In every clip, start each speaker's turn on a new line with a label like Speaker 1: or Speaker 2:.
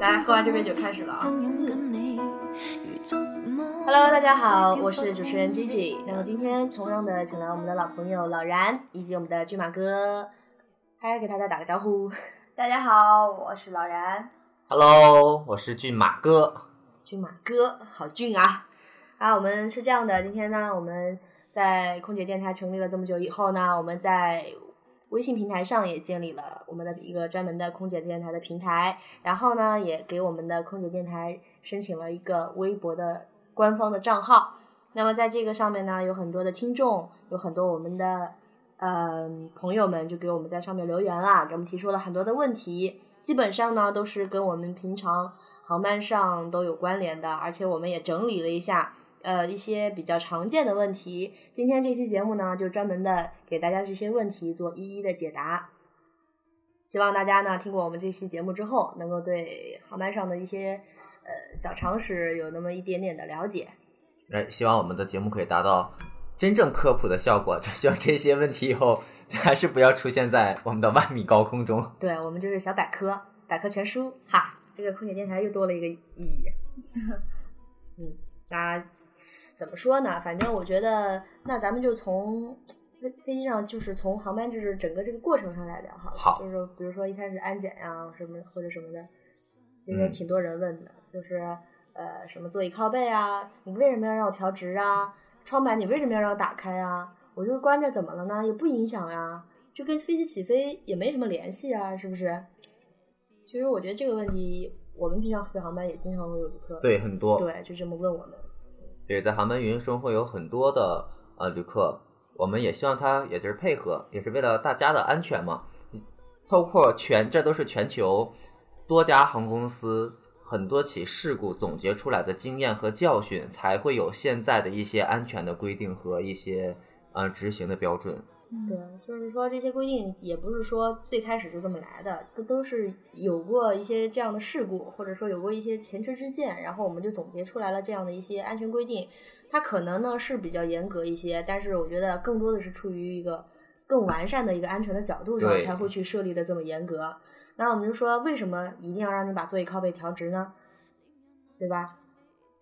Speaker 1: 来，喝完这杯酒开始了啊。Hello，大家好，我是主持人 Gigi。那么今天同样的请来我们的老朋友老然，以及我们的骏马哥，嗨，给大家打个招呼。
Speaker 2: 大家好，我是老然。
Speaker 3: Hello，我是骏马哥。
Speaker 1: 骏马哥，好俊啊！啊，我们是这样的，今天呢，我们在空姐电台成立了这么久以后呢，我们在微信平台上也建立了我们的一个专门的空姐电台的平台，然后呢，也给我们的空姐电台申请了一个微博的官方的账号。那么在这个上面呢，有很多的听众，有很多我们的呃朋友们就给我们在上面留言啊啦，给我们提出了很多的问题，基本上呢都是跟我们平常。航班上都有关联的，而且我们也整理了一下，呃，一些比较常见的问题。今天这期节目呢，就专门的给大家这些问题做一一的解答。希望大家呢，听过我们这期节目之后，能够对航班上的一些呃小常识有那么一点点的了解。
Speaker 3: 哎，希望我们的节目可以达到真正科普的效果。 这希望这些问题以后还是不要出现在我们的万米高空中。
Speaker 1: 对我们就是小百科，百科全书哈。这个空姐电台又多了一个意义。嗯，那怎么说呢？反正我觉得，那咱们就从飞飞机上，就是从航班就是整个这个过程上来聊好了。
Speaker 3: 好
Speaker 1: 就是比如说一开始安检呀、什么或者什么的，今天挺多人问的，就是呃什么座椅靠背啊，你为什么要让我调直啊？窗板你为什么要让我打开啊？我就关着怎么了呢？也不影响呀，就跟飞机起飞也没什么联系啊，是不是？其实我觉得这个问题，我们平常飞航班也经常会有旅客
Speaker 3: 对，很多
Speaker 1: 对就这么问我们。
Speaker 3: 对，在航班运营中会有很多的呃旅客，我们也希望他也就是配合，也是为了大家的安全嘛。包括全，这都是全球多家航空公司很多起事故总结出来的经验和教训，才会有现在的一些安全的规定和一些呃执行的标准。
Speaker 1: 对，就是说这些规定也不是说最开始就这么来的，都都是有过一些这样的事故，或者说有过一些前车之鉴，然后我们就总结出来了这样的一些安全规定。它可能呢是比较严格一些，但是我觉得更多的是出于一个更完善的一个安全的角度上
Speaker 3: 对
Speaker 1: 才会去设立的这么严格。那我们就说，为什么一定要让你把座椅靠背调直呢？对吧？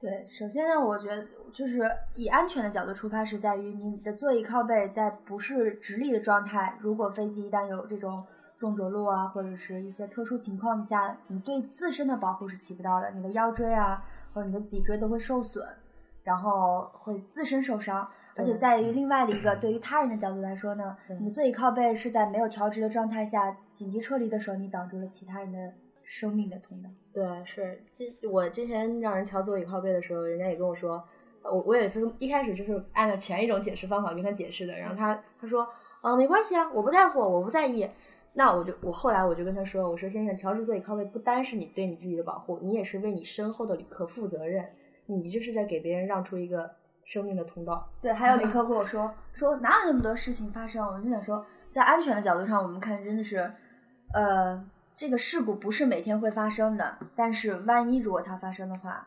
Speaker 2: 对，首先呢，我觉得就是以安全的角度出发，是在于你的座椅靠背在不是直立的状态，如果飞机一旦有这种重着陆啊，或者是一些特殊情况下，你对自身的保护是起不到的，你的腰椎啊或者你的脊椎都会受损，然后会自身受伤。而且
Speaker 1: 对
Speaker 2: 在于另外的一个，对于他人的角度来说呢，
Speaker 1: 对
Speaker 2: 你座椅靠背是在没有调直的状态下紧急撤离的时候，你挡住了其他人的生命的通道。
Speaker 1: 对，是这我之前让人调座椅靠背的时候，人家也跟我说，呃我我有一次一开始就是按照前一种解释方法跟他解释的，然后他他说，啊、没关系啊，我不在乎，我不在意。那我就我后来我就跟他说，我说先生，调直座椅靠背不单是你对你自己的保护，你也是为你身后的旅客负责任，你这是在给别人让出一个生命的通道。
Speaker 2: 对，还有 旅客跟我说说哪有那么多事情发生？我就想说，在安全的角度上，我们看真的是，呃，这个事故不是每天会发生的，但是万一如果它发生的话，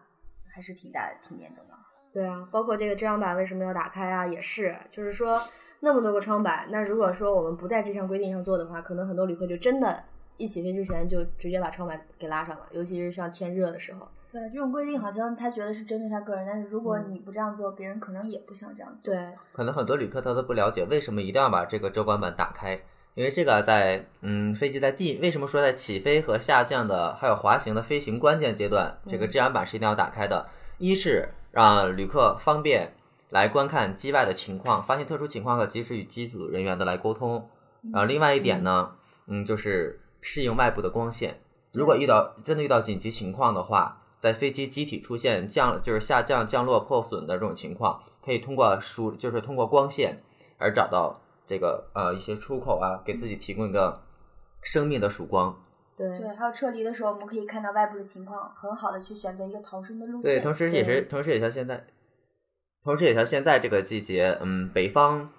Speaker 2: 还是挺大挺严重的。
Speaker 1: 对啊，包括这个遮阳板为什么要打开啊，也是，就是说那么多个窗板，那如果说我们不在这项规定上做的话，可能很多旅客就真的，一起飞之前就直接把窗板给拉上了，尤其是像天热的时候。
Speaker 2: 对，这种规定好像他觉得是针对他个人，但是如
Speaker 1: 果
Speaker 2: 果
Speaker 1: 你
Speaker 2: 你不这样做，别人可能也不想这样做。
Speaker 1: 对，
Speaker 3: 可能很多旅客他都不了解为什么一定要把这个遮光板打开，因为这个在嗯飞机在地为什么说在起飞和下降的还有滑行的飞行关键阶段，这个遮阳板是一定要打开的。一是让旅客方便来观看机外的情况，发现特殊情况和及时与机组人员的来沟通。然后另外一点呢，嗯，就是适应外部的光线。如果遇到真的遇到紧急情况的话，在飞机机体出现降就是下降、降落、破损的这种情况，可以通过输就是通过光线而找到这个呃一些出口啊，给自己提供一个生命的曙光。
Speaker 1: 对，
Speaker 2: 对，还有撤离的时候，我们可以看到外部的情况，很好的去选择一个逃生的路线。
Speaker 3: 对，同时也是，同时也像现在，同时也像现在这个季节，嗯，北方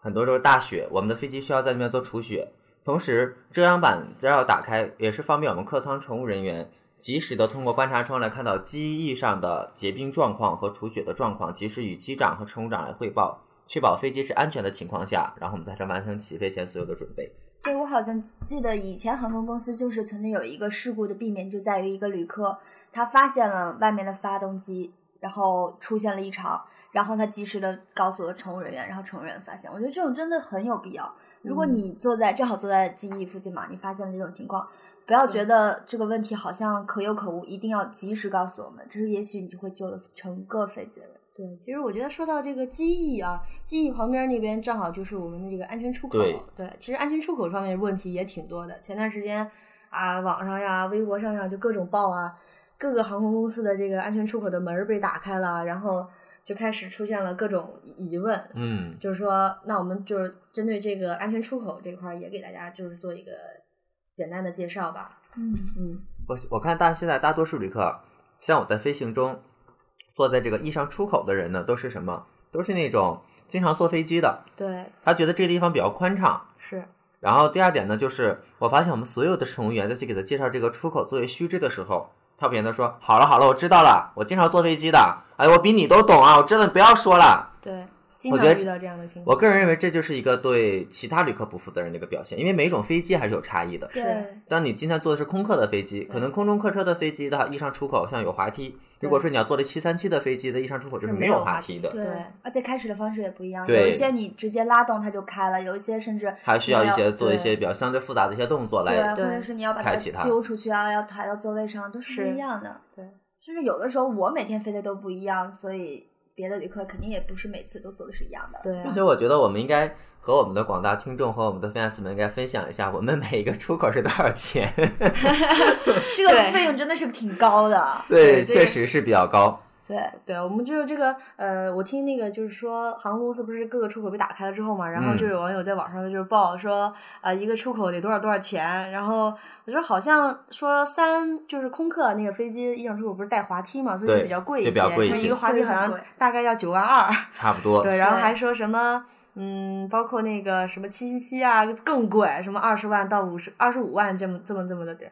Speaker 3: 很多都是大雪，我们的飞机需要在那边做除雪，同时遮阳板只要打开，也是方便我们客舱乘务人员及时的通过观察窗来看到机翼上的结冰状况和除雪的状况，及时与机长和乘务长来汇报，确保飞机是安全的情况下，然后我们才能完成起飞前所有的准备。
Speaker 2: 对，我好像记得以前航空公司就是曾经有一个事故的避免，就在于一个旅客他发现了外面的发动机，然后出现了异常，然后他及时的告诉了乘务人员，然后乘务人员发现。我觉得这种真的很有必要。如果你坐在正好坐在机翼附近嘛，你发现了这种情况，不要觉得这个问题好像可有可无，一定要及时告诉我们，这也许你就会救了整个飞机的人。
Speaker 1: 对，其实我觉得说到这个机翼啊，机翼旁边那边正好就是我们的这个安全出口。
Speaker 3: 对
Speaker 1: 其实安全出口上面问题也挺多的。前段时间啊，网上呀、微博上呀，就各种爆啊，各个航空公司的这个安全出口的门儿被打开了，然后就开始出现了各种疑问。
Speaker 3: 嗯，
Speaker 1: 就是说，那我们就是针对这个安全出口这块儿，也给大家就是做一个简单的介绍吧。
Speaker 2: 嗯
Speaker 1: 嗯，
Speaker 3: 我我看大现在大多数旅客，像我在飞行中坐在这个异常出口的人呢，都是什么？都是那种经常坐飞机的，
Speaker 1: 对，
Speaker 3: 他觉得这个地方比较宽敞。
Speaker 1: 是，
Speaker 3: 然后第二点呢，就是我发现我们所有的乘务员在去给他介绍这个出口作业须知的时候，他不停的说：“好了好了，我知道了，我经常坐飞机的，哎，我比你都懂啊，我真的不要说了。
Speaker 1: 对，经
Speaker 3: 我
Speaker 1: 常
Speaker 3: 觉得
Speaker 1: 遇到这样的情”况。
Speaker 3: 我个人认为这就是一个对其他旅客不负责任的一个表现，因为每种飞机还是有差异的。
Speaker 1: 是
Speaker 2: 对，
Speaker 3: 像你今天坐的是空客的飞机，可能空中客车的飞机的异常出口像有滑梯。如果说你要坐的七三七的飞机的异常出口就
Speaker 1: 是
Speaker 3: 是没
Speaker 1: 没有
Speaker 3: 有滑
Speaker 1: 滑
Speaker 3: 梯的，
Speaker 1: 对
Speaker 2: 对，而且开始的方式也不一样，
Speaker 3: 对
Speaker 2: 有一些你直接拉动它就开了，有一些甚至
Speaker 3: 它需要一些做一
Speaker 1: 对
Speaker 3: 些比较相对复杂的一些动作来。
Speaker 2: 对，或者
Speaker 1: 对啊
Speaker 2: 是你要把
Speaker 3: 抬
Speaker 2: 它
Speaker 3: 起它
Speaker 2: 丢出去啊，要抬到座位上，都是不
Speaker 1: 是
Speaker 2: 一样的。
Speaker 1: 对，
Speaker 2: 甚至有的时候我每天飞的都不一样，所以别的旅客肯定也不是每次都做的是一样的。
Speaker 1: 对啊
Speaker 3: 而且我觉得我们应该和我们的广大听众和我们的 fans 们应该分享一下，我们每一个出口是多少 钱？
Speaker 2: 这个
Speaker 1: 对
Speaker 2: 费用真的是挺高 的。
Speaker 1: 对这
Speaker 3: 确
Speaker 1: 个
Speaker 3: 实是比较高。
Speaker 2: 对，
Speaker 1: 对，我们就是这个，呃，我听那个就是说，航空公司不是各个出口被打开了之后嘛，然后就
Speaker 3: 嗯
Speaker 1: 有网友在网上就是报说，啊、一个出口得多少多少钱，然后我说好像说三就是空客那个飞机异常出口不是带滑梯嘛，所以
Speaker 3: 对
Speaker 1: 就比较贵一
Speaker 3: 就
Speaker 1: 些，
Speaker 3: 比较贵一
Speaker 1: 就是
Speaker 3: 些哦
Speaker 1: 一个滑梯好像
Speaker 2: 对对
Speaker 1: 大概要九万二，
Speaker 3: 差不多，
Speaker 1: 对，然后
Speaker 2: 是
Speaker 1: 还说什么。嗯，包括那个什么七七七啊，更贵，什么二十万到五十二十五万这么这么这么的
Speaker 2: 对，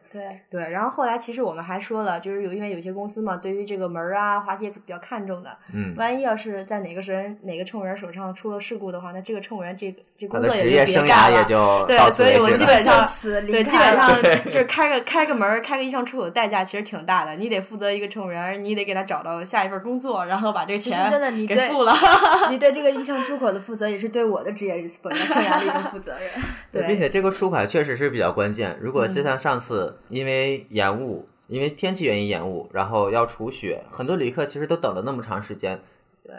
Speaker 1: 对，然后后来其实我们还说了，就是有因为有些公司嘛，对于这个门儿啊、滑梯也比较看重的。
Speaker 3: 嗯，
Speaker 1: 万一要是在哪个人哪个乘务员手上出了事故的话，那这个乘务员这个这
Speaker 3: 他
Speaker 1: 工
Speaker 3: 的
Speaker 1: 作
Speaker 3: 职
Speaker 1: 也
Speaker 3: 业
Speaker 1: 就别
Speaker 3: 生
Speaker 1: 干
Speaker 3: 涯
Speaker 1: 了
Speaker 3: 也。就
Speaker 1: 对
Speaker 3: 到此
Speaker 1: 所以
Speaker 3: 为
Speaker 1: 我
Speaker 3: 止
Speaker 1: 基
Speaker 3: 了。
Speaker 1: 本上
Speaker 2: 就此离
Speaker 1: 对，
Speaker 2: 开
Speaker 1: 基本
Speaker 2: 了
Speaker 1: 上就是开个开个门儿、开个异常出口的代价其实挺大的。你得负责一个乘务员，你得给他找到下一份工作，然后把这个
Speaker 2: 其实
Speaker 1: 钱
Speaker 2: 真的你
Speaker 1: 给
Speaker 2: 对
Speaker 1: 付了。
Speaker 2: 你对这个医生出口的负责，也是对我的职业生涯的一种负 责任。
Speaker 1: 对
Speaker 3: 并且这个出款确实是比较关键。如果就
Speaker 1: 嗯
Speaker 3: 像上次因为延误，因为天气原因延误，然后要除雪，很多旅客其实都等了那么长时间，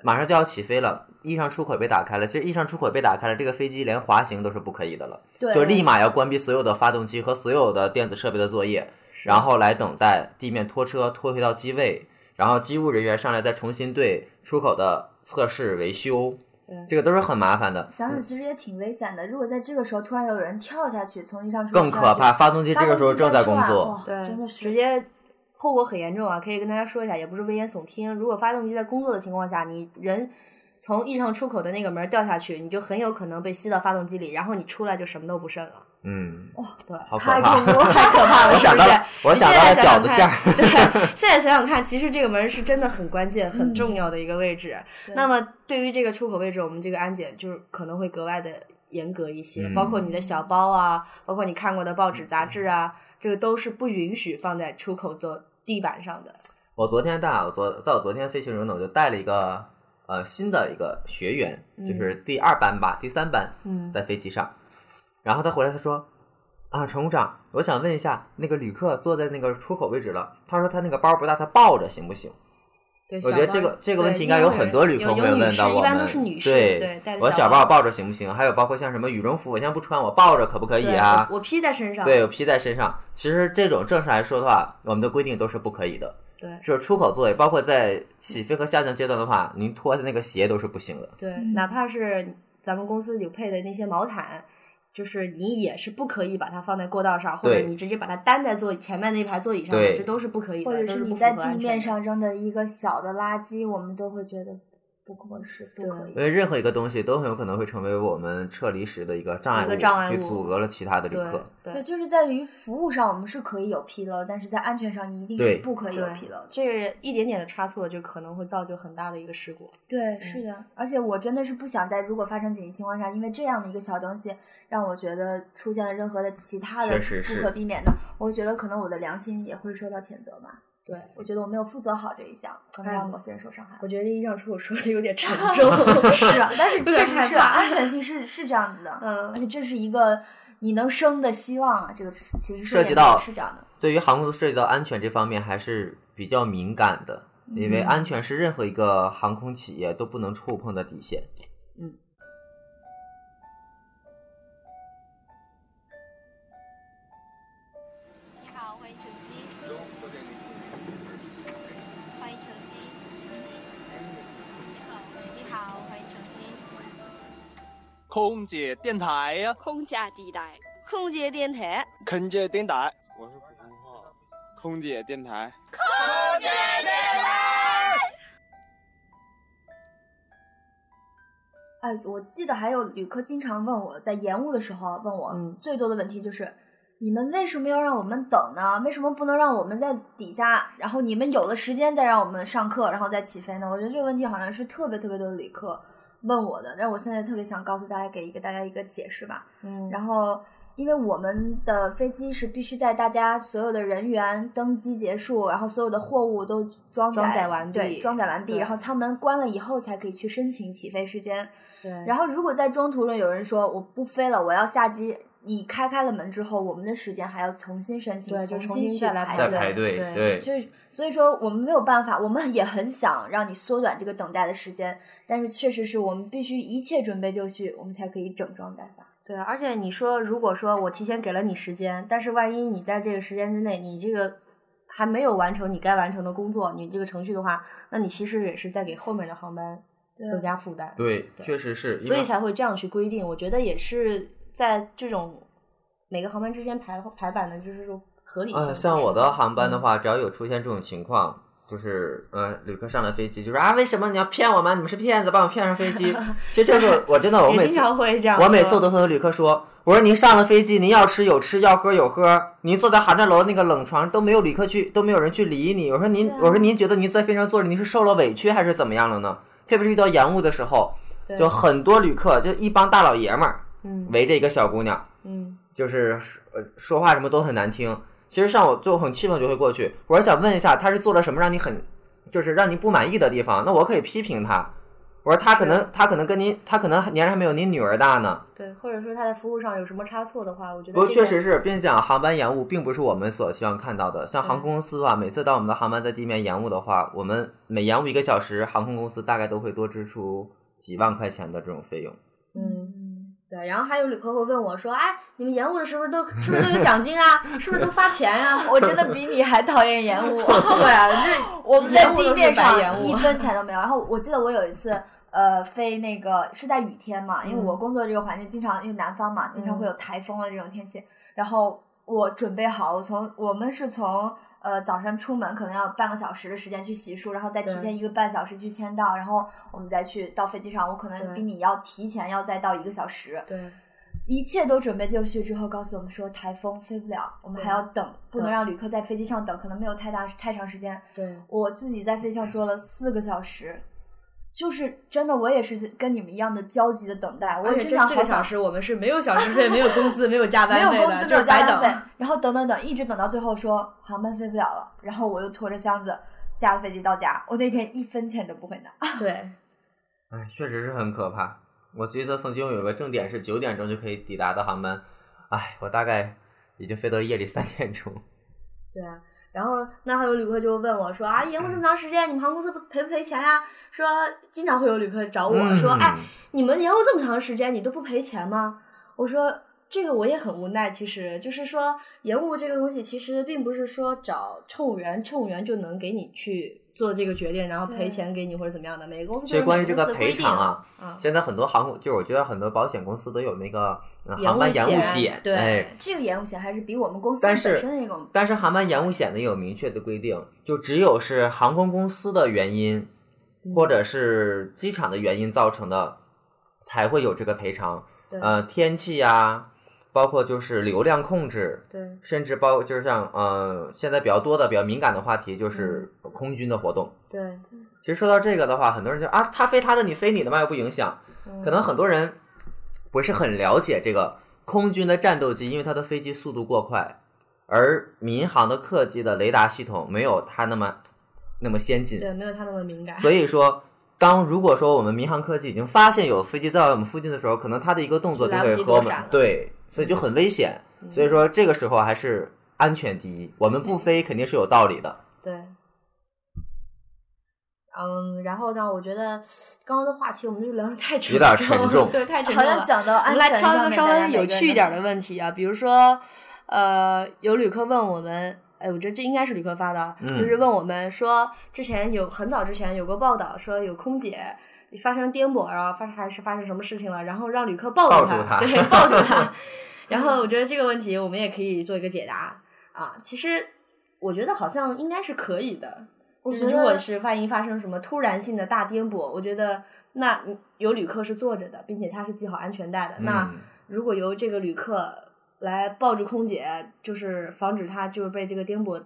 Speaker 3: 马上就要起飞了，异常出口被打开了。其实异常出口被打开了，这个飞机连滑行都是不可以的了。
Speaker 2: 对，
Speaker 3: 就立马要关闭所有的发动机和所有的电子设备的作业，然后来等待地面拖车拖回到机位，然后机务人员上来再重新对出口的测试维修
Speaker 1: 对，
Speaker 2: 嗯
Speaker 3: 这个都是很麻烦的，
Speaker 2: 想想其实也挺危险的。如果在这个时候突然有人跳下去，从一上出口
Speaker 3: 更
Speaker 2: 跳
Speaker 3: 可
Speaker 2: 下去
Speaker 3: 怕。，发动机
Speaker 2: 发
Speaker 3: 这个时候
Speaker 2: 动机
Speaker 3: 正在
Speaker 2: 翻
Speaker 3: 工
Speaker 2: 出来
Speaker 3: 作，
Speaker 2: 哇
Speaker 1: 对，
Speaker 2: 真的是
Speaker 1: 直接后果很严重啊！可以跟大家说一下，也不是危言耸听。如果发动机在工作的情况下，你人从异常出口的那个门掉下去，你就很有可能被吸到发动机里，然后你出来就什么都不剩了。
Speaker 3: 嗯，
Speaker 1: 对，
Speaker 3: 好可
Speaker 2: 太
Speaker 3: 怕
Speaker 2: 恐。怖了，
Speaker 1: 太可怕了，
Speaker 3: 我
Speaker 1: 是
Speaker 3: 想
Speaker 1: 不
Speaker 3: 到
Speaker 1: 是
Speaker 3: 了？，我
Speaker 1: 你
Speaker 3: 想
Speaker 1: 现
Speaker 3: 到
Speaker 1: 在
Speaker 3: 了饺
Speaker 1: 想
Speaker 3: 子
Speaker 1: 想
Speaker 3: 馅
Speaker 1: 看，
Speaker 3: 儿。
Speaker 1: 对，现在想想看，其实这个门是真的很关键、很
Speaker 2: 嗯
Speaker 1: 重要的一个位置。
Speaker 2: 对
Speaker 1: 那么对于这个出口位置，我们这个安检就是可能会格外的严格一些，
Speaker 3: 嗯
Speaker 1: 包括你的小包啊，包括你看过的报纸、杂志啊，这个都是不允许放在出口的地板上的。
Speaker 3: 我昨天带我昨在我昨天飞行中呢，我就带了一个呃新的一个学员，就是第二班吧，第三班，
Speaker 1: 嗯
Speaker 3: 在飞机上，然后他回来他说啊，乘务长，我想问一下，那个旅客坐在那个出口位置了，他说他那个包不大，他抱着行不行？
Speaker 1: 对，
Speaker 3: 我
Speaker 1: 小
Speaker 3: 觉得
Speaker 1: 包
Speaker 3: 这个这个
Speaker 1: 对
Speaker 3: 问题
Speaker 1: 经
Speaker 3: 应该
Speaker 1: 常
Speaker 3: 有
Speaker 1: 会
Speaker 3: 很
Speaker 1: 人
Speaker 3: 多旅客
Speaker 1: 有有
Speaker 3: 会
Speaker 1: 女
Speaker 3: 问
Speaker 1: 士
Speaker 3: 到我
Speaker 1: 一
Speaker 3: 们，
Speaker 1: 般都是女士，
Speaker 3: 对，
Speaker 1: 对，带着
Speaker 3: 我
Speaker 1: 小
Speaker 3: 包
Speaker 1: 包
Speaker 3: 抱着行不行？还有包括像什么羽绒服，我现在不穿，我抱着可不可以
Speaker 1: 对
Speaker 3: 啊？
Speaker 1: 我我披在身上，
Speaker 3: 对，我披在身上。其实这种正常来说的话，我们的规定都是不可以的。
Speaker 1: 对
Speaker 3: 是出口座位，包括在起飞和下降阶段的话，您脱的那个鞋都是不行的。
Speaker 1: 对，
Speaker 2: 嗯
Speaker 1: 哪怕是咱们公司里配的那些毛毯，就是你也是不可以把它放在过道上，或者
Speaker 3: 对
Speaker 1: 你直接把它担在座椅前面那排座椅上的，
Speaker 3: 对
Speaker 1: 这都是不可以的，
Speaker 2: 或者
Speaker 1: 都
Speaker 2: 是
Speaker 1: 是
Speaker 2: 你
Speaker 1: 不
Speaker 2: 在
Speaker 1: 符合
Speaker 2: 地
Speaker 1: 安全
Speaker 2: 面
Speaker 1: 的。
Speaker 2: 上扔的一个小的垃圾，我们都会觉得不合适，不可以
Speaker 3: 因。为任何一个东西都很有可能会成为我们撤离时的一个障碍
Speaker 1: 一个障碍
Speaker 3: 去
Speaker 1: 物
Speaker 3: 阻隔了其他的旅客。
Speaker 1: 对对
Speaker 2: 对，就是在于服务上我们是可以有纰漏，但是在安全上一定是
Speaker 3: 对
Speaker 2: 不可以有
Speaker 1: 对
Speaker 2: 纰漏的。
Speaker 1: 这一点点的差错就可能会造就很大的一个事故。
Speaker 2: 对，是的，而且我真的是不想在如果发生紧急情况下，因为这样的一个小东西，让我觉得出现了任何的其他的
Speaker 3: 确实
Speaker 2: 不
Speaker 3: 是
Speaker 2: 可避免的，我觉得可能我的良心也会受到谴责吧。
Speaker 1: 对，
Speaker 2: 我觉得我没有负责好这一项，可能
Speaker 1: 哎
Speaker 2: 让某些人受伤害。
Speaker 1: 我觉得这一上初我说的有点 沉重。
Speaker 2: 是啊，但是
Speaker 1: 有
Speaker 2: 确
Speaker 1: 点
Speaker 2: 实
Speaker 1: 害
Speaker 2: 是啊
Speaker 1: 怕
Speaker 2: 安全性是是这样子的，
Speaker 1: 嗯
Speaker 2: 而且这是一个你能生的希望啊，这个其实
Speaker 3: 涉及
Speaker 2: 联
Speaker 3: 到
Speaker 2: 盟是这样的，
Speaker 3: 对于航空公司涉及到安全这方面还是比较敏感的，因为
Speaker 2: 嗯
Speaker 3: 安全是任何一个航空企业都不能触碰的底线。
Speaker 4: 你好，欢迎乘机。欢迎乘机。你好，你好，欢迎乘机。
Speaker 5: 空姐电台呀、
Speaker 4: 空姐地带，空姐电台，
Speaker 5: 空姐电台，我是普通话，空姐电台。
Speaker 2: 哎，我记得还有旅客经常问我，在延误的时候问我，
Speaker 1: 嗯
Speaker 2: 最多的问题就是。你们为什么要让我们等呢？为什么不能让我们在底下，然后你们有了时间再让我们上课，然后再起飞呢？我觉得这个问题好像是特别特别多的旅客问我的，但是我现在特别想告诉大家，给一个大家一个解释吧。
Speaker 1: 嗯
Speaker 2: 然后，因为我们的飞机是必须在大家所有的人员登机结束，然后所有的货物都装
Speaker 1: 装载
Speaker 2: 载
Speaker 1: 完
Speaker 2: 对
Speaker 1: 毕
Speaker 2: 装载完毕，
Speaker 1: 对
Speaker 2: 然后舱门关了以后才可以去申请起飞时间。
Speaker 1: 对， 然
Speaker 2: 然后，如果在中途中有人说我不飞了，我要下机。你开开了门之后，我们的时间还要重新申请，
Speaker 1: 对就重
Speaker 2: 新
Speaker 1: 新
Speaker 2: 去
Speaker 1: 再来排
Speaker 2: 排
Speaker 3: 在
Speaker 1: 队
Speaker 3: 排队，
Speaker 1: 对
Speaker 3: 对
Speaker 2: 就是所以说我们没有办法，我们也很想让你缩短这个等待的时间，但是确实是我们必须一切准备就绪，我们才可以整装待发。
Speaker 1: 对，而且你说，如果说我提前给了你时间，但是万一你在这个时间之内，你这个还没有完成你该完成的工作，你这个程序的话，那你其实也是在给后面的航班
Speaker 2: 对
Speaker 1: 增加负担。
Speaker 3: 对，
Speaker 1: 对
Speaker 3: 确实是，因
Speaker 1: 所
Speaker 3: 为
Speaker 1: 以才会这样去规定。我觉得也是在这种每个航班之间排排版的，就是说合理性
Speaker 3: 啊，
Speaker 1: 就是。
Speaker 3: 像我的航班的
Speaker 1: 嗯，
Speaker 3: 话，只要有出现这种情况，就是呃，旅客上了飞机就说啊，为什么你要骗我们？你们是骗子，把我骗上飞 机。其实这时候我真的，我
Speaker 1: 也
Speaker 3: 每
Speaker 1: 经
Speaker 3: 次
Speaker 1: 常会这样说。
Speaker 3: 我每次我都和旅客说，我说您上了飞机，您要吃有吃，要喝有喝，您坐在航站楼那个冷床都没有旅客去，都没有人去理你。我说您，
Speaker 2: 对啊
Speaker 3: 我说您觉得您在飞机上坐着，您是受了委屈还是怎么样了呢？特别是遇到延误的时候，
Speaker 1: 对
Speaker 3: 就很多旅客就一帮大老爷们儿
Speaker 1: 嗯
Speaker 3: 围着一个小姑娘。
Speaker 1: 嗯
Speaker 3: 就是说呃说话什么都很难听。其实像我就很气愤，就会过去。我是想问一下，他是做了什么让你很就是让您不满意的地方？那我可以批评他。我说他可能他可能跟您他可能年龄还没有您女儿大呢。
Speaker 1: 对，或者说他在服务上有什么差错的话，我觉得
Speaker 3: 不过
Speaker 1: 这
Speaker 3: 确
Speaker 1: 个
Speaker 3: 实是，并且啊航班延误并不是我们所希望看到的。像
Speaker 1: 对
Speaker 3: 航空公司的话，每次当我们的航班在地面延误的话，我们每延误一个小时，航空公司大概都会多支出几万块钱的这种费用。
Speaker 1: 嗯。对，然后还有旅客会问我说：“哎，你们延误的是不是都是不是都有奖金啊？ 是不是都发钱呀、啊？”
Speaker 2: 我真的比你还讨厌延误。
Speaker 1: 对啊，这
Speaker 2: 我们在
Speaker 1: 延误
Speaker 2: 地
Speaker 1: 都
Speaker 2: 面
Speaker 1: 是白
Speaker 2: 上
Speaker 1: 延
Speaker 2: 一
Speaker 1: 误。
Speaker 2: 分钱都没有。然后我记得我有一次，呃，飞那个是在雨天嘛，因为
Speaker 1: 嗯
Speaker 2: 我工作这个环境经常因为南方嘛，经常
Speaker 1: 嗯
Speaker 2: 会有台风啊这种天气。然后我准备好，我从我们是从呃早上出门可能要半个小时的时间去洗漱，然后再提
Speaker 1: 对
Speaker 2: 前一个半小时去签到，然后我们再去到飞机上，我可能
Speaker 1: 对
Speaker 2: 比你要提前要再到一个小时。
Speaker 1: 对
Speaker 2: 一切都准备就绪之后，告诉我们说台风飞不了，我们
Speaker 1: 对
Speaker 2: 还要等，不能
Speaker 1: 对
Speaker 2: 让旅客在飞机上等，可能没有太大太长时间。
Speaker 1: 对，
Speaker 2: 我自己在飞机上坐了四个小时，就是真的，我也是跟你们一样的焦急的等待，我
Speaker 1: 而
Speaker 2: 也
Speaker 1: 且
Speaker 2: 真
Speaker 1: 啊这
Speaker 2: 想
Speaker 1: 四
Speaker 2: 好
Speaker 1: 个
Speaker 2: 想
Speaker 1: 小时我们是没有小时费、没有工资、没有加
Speaker 2: 没
Speaker 1: 班
Speaker 2: 有
Speaker 1: 费
Speaker 2: 工
Speaker 1: 的，
Speaker 2: 资，
Speaker 1: 就
Speaker 2: 没有
Speaker 1: 是白
Speaker 2: 加班
Speaker 1: 等
Speaker 2: 费。，然后等等等，一直等到最后说航班飞不了了，然后我又拖着箱子下了飞机到家，我那天一分钱都不会拿。
Speaker 1: 对，
Speaker 3: 哎，确实是很可怕。我记得曾经有个正点是九点钟就可以抵达的航班，哎，我大概已经飞到夜里三点钟。
Speaker 1: 对啊，然后那还有旅客就问我说啊，延误这么长时间，你们航空公司不赔不赔钱呀、说经常会有旅客找 我、
Speaker 3: 嗯
Speaker 1: 说，哎，你们延误这么长时间，你都不赔钱吗？我说这个我也很无奈，其实就是说延误这个东西，其实并不是说找乘务员，乘务员就能给你去做这个决定，然后赔
Speaker 2: 对
Speaker 1: 钱给你或者怎么样的。每个公司
Speaker 3: 其实
Speaker 1: 都有
Speaker 3: 关
Speaker 1: 每
Speaker 3: 于这
Speaker 1: 公司
Speaker 3: 个
Speaker 1: 的
Speaker 3: 赔
Speaker 1: 规定
Speaker 3: 偿啊，
Speaker 1: 嗯，
Speaker 3: 现在很多航空，就是我觉得很多保险公司都有那个、嗯
Speaker 1: 延
Speaker 3: 航班延误
Speaker 1: 险
Speaker 3: 险，
Speaker 1: 对
Speaker 3: 哎，
Speaker 2: 这个延误险还是比我们公司
Speaker 3: 但
Speaker 2: 本
Speaker 3: 是
Speaker 2: 身的那种
Speaker 3: 但是航班延误险呢有明确的规定，就只有是航空公司的原因，
Speaker 1: 嗯
Speaker 3: 或者是机场的原因造成的，才会有这个赔偿。
Speaker 1: 对
Speaker 3: 呃，天气呀、包括就是流量控制，
Speaker 1: 对，
Speaker 3: 甚至包括就是像呃现在比较多的、比较敏感的话题，就是
Speaker 1: 嗯
Speaker 3: 空军的活动。
Speaker 1: 对，
Speaker 3: 其实说到这个的话，很多人就啊，他飞他的，你飞你的嘛，又不影响。
Speaker 1: 嗯
Speaker 3: 可能很多人不是很了解这个空军的战斗机，因为它的飞机速度过快，而民航的客机的雷达系统没有它那么那么先进，
Speaker 1: 对没有他那么敏感。
Speaker 3: 所以说。当如果说我们民航客机已经发现有飞机在我们附近的时候，可能它的一个动作就
Speaker 1: 来
Speaker 3: 会
Speaker 1: 不及
Speaker 3: 和我
Speaker 1: 躲
Speaker 3: 们
Speaker 1: 闪了
Speaker 3: 对，所以就很危险。
Speaker 1: 嗯
Speaker 3: 所以说这个时候还是安全第一，我们不飞肯定是有道理的。
Speaker 1: 对，嗯，然后呢，我觉得刚刚的话题我们就聊的太沉，
Speaker 3: 有点沉 重
Speaker 1: 对，太沉
Speaker 2: 好
Speaker 1: 重
Speaker 2: 像
Speaker 1: 了。
Speaker 2: 讲到
Speaker 1: 我
Speaker 2: 安
Speaker 1: 们
Speaker 2: 全
Speaker 1: 来挑一
Speaker 2: 上
Speaker 1: 个
Speaker 2: 面
Speaker 1: 稍
Speaker 2: 大
Speaker 1: 微
Speaker 2: 家
Speaker 1: 有
Speaker 2: 每个人
Speaker 1: 趣一
Speaker 2: 的
Speaker 1: 点的问题啊，比如说，呃，有旅客问我们，哎，我觉得这应该是旅客发的啊，
Speaker 3: 嗯
Speaker 1: 就是问我们说，之前有很早之前有过报道说有空姐。发生颠簸，然后发还是发生什么事情了，然后让旅客抱
Speaker 3: 抱
Speaker 1: 住
Speaker 3: 住
Speaker 1: 他，
Speaker 3: 他
Speaker 1: 对，抱住他。 然后我觉得这个问题我们也可以做一个解答啊。其实我觉得好像应该是可以的，
Speaker 2: 我
Speaker 1: 就
Speaker 2: 觉
Speaker 1: 是如果
Speaker 2: 得
Speaker 1: 是万一发生什么突然性的大颠簸，我觉得那有旅客是坐着的，并且他是系好安全带的。那
Speaker 3: 嗯
Speaker 1: 如果由这个旅客来抱住空姐，就是防止他就是被这个颠簸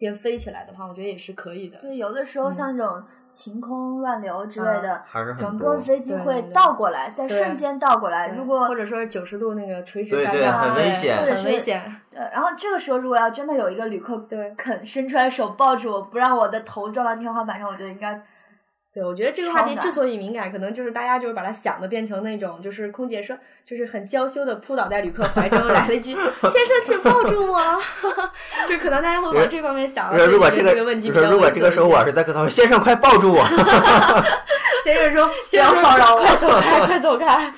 Speaker 1: 颠飞起来的话，我觉得也是可以的。
Speaker 2: 对，有的时候
Speaker 1: 嗯
Speaker 2: 像这种晴空乱流之类的，
Speaker 3: 还是很
Speaker 2: 整
Speaker 3: 多
Speaker 2: 嗯个飞机
Speaker 1: 对
Speaker 2: 会
Speaker 1: 对
Speaker 2: 倒过来，在
Speaker 1: 对
Speaker 2: 瞬间倒过来。
Speaker 1: 对
Speaker 2: 如果
Speaker 1: 或者说九十度那个垂直
Speaker 3: 对
Speaker 1: 下
Speaker 3: 对
Speaker 1: 降，
Speaker 2: 很危
Speaker 1: 对
Speaker 3: 险
Speaker 1: 很危
Speaker 2: 或者是
Speaker 1: 险。
Speaker 2: 呃，然后这个时候如果要真的有一个旅客
Speaker 1: 对
Speaker 2: 肯伸出来手抱住我，不让我的头撞到天花板上，我觉得应该
Speaker 1: 对，我觉得这个话
Speaker 2: 超
Speaker 1: 题
Speaker 2: 难
Speaker 1: 之所以敏感，可能就是大家就是把它想的变成那种，就是空姐说，就是很娇羞的扑倒在旅客怀中，来了一 句“先生，请抱住我”， 就可能大家会往这方面想。
Speaker 3: 如果
Speaker 1: 啊
Speaker 3: 这
Speaker 1: 这
Speaker 3: 个，
Speaker 1: 个问题
Speaker 3: 你
Speaker 1: 比
Speaker 3: 说
Speaker 1: 较
Speaker 3: 如果
Speaker 1: 猥
Speaker 3: 这
Speaker 1: 琐
Speaker 3: 个
Speaker 1: 一
Speaker 3: 时候
Speaker 1: 些
Speaker 3: 我是在跟他说，先生快抱住 我，
Speaker 1: 先生说：“ 先生骚扰我，快走 开，快走开。”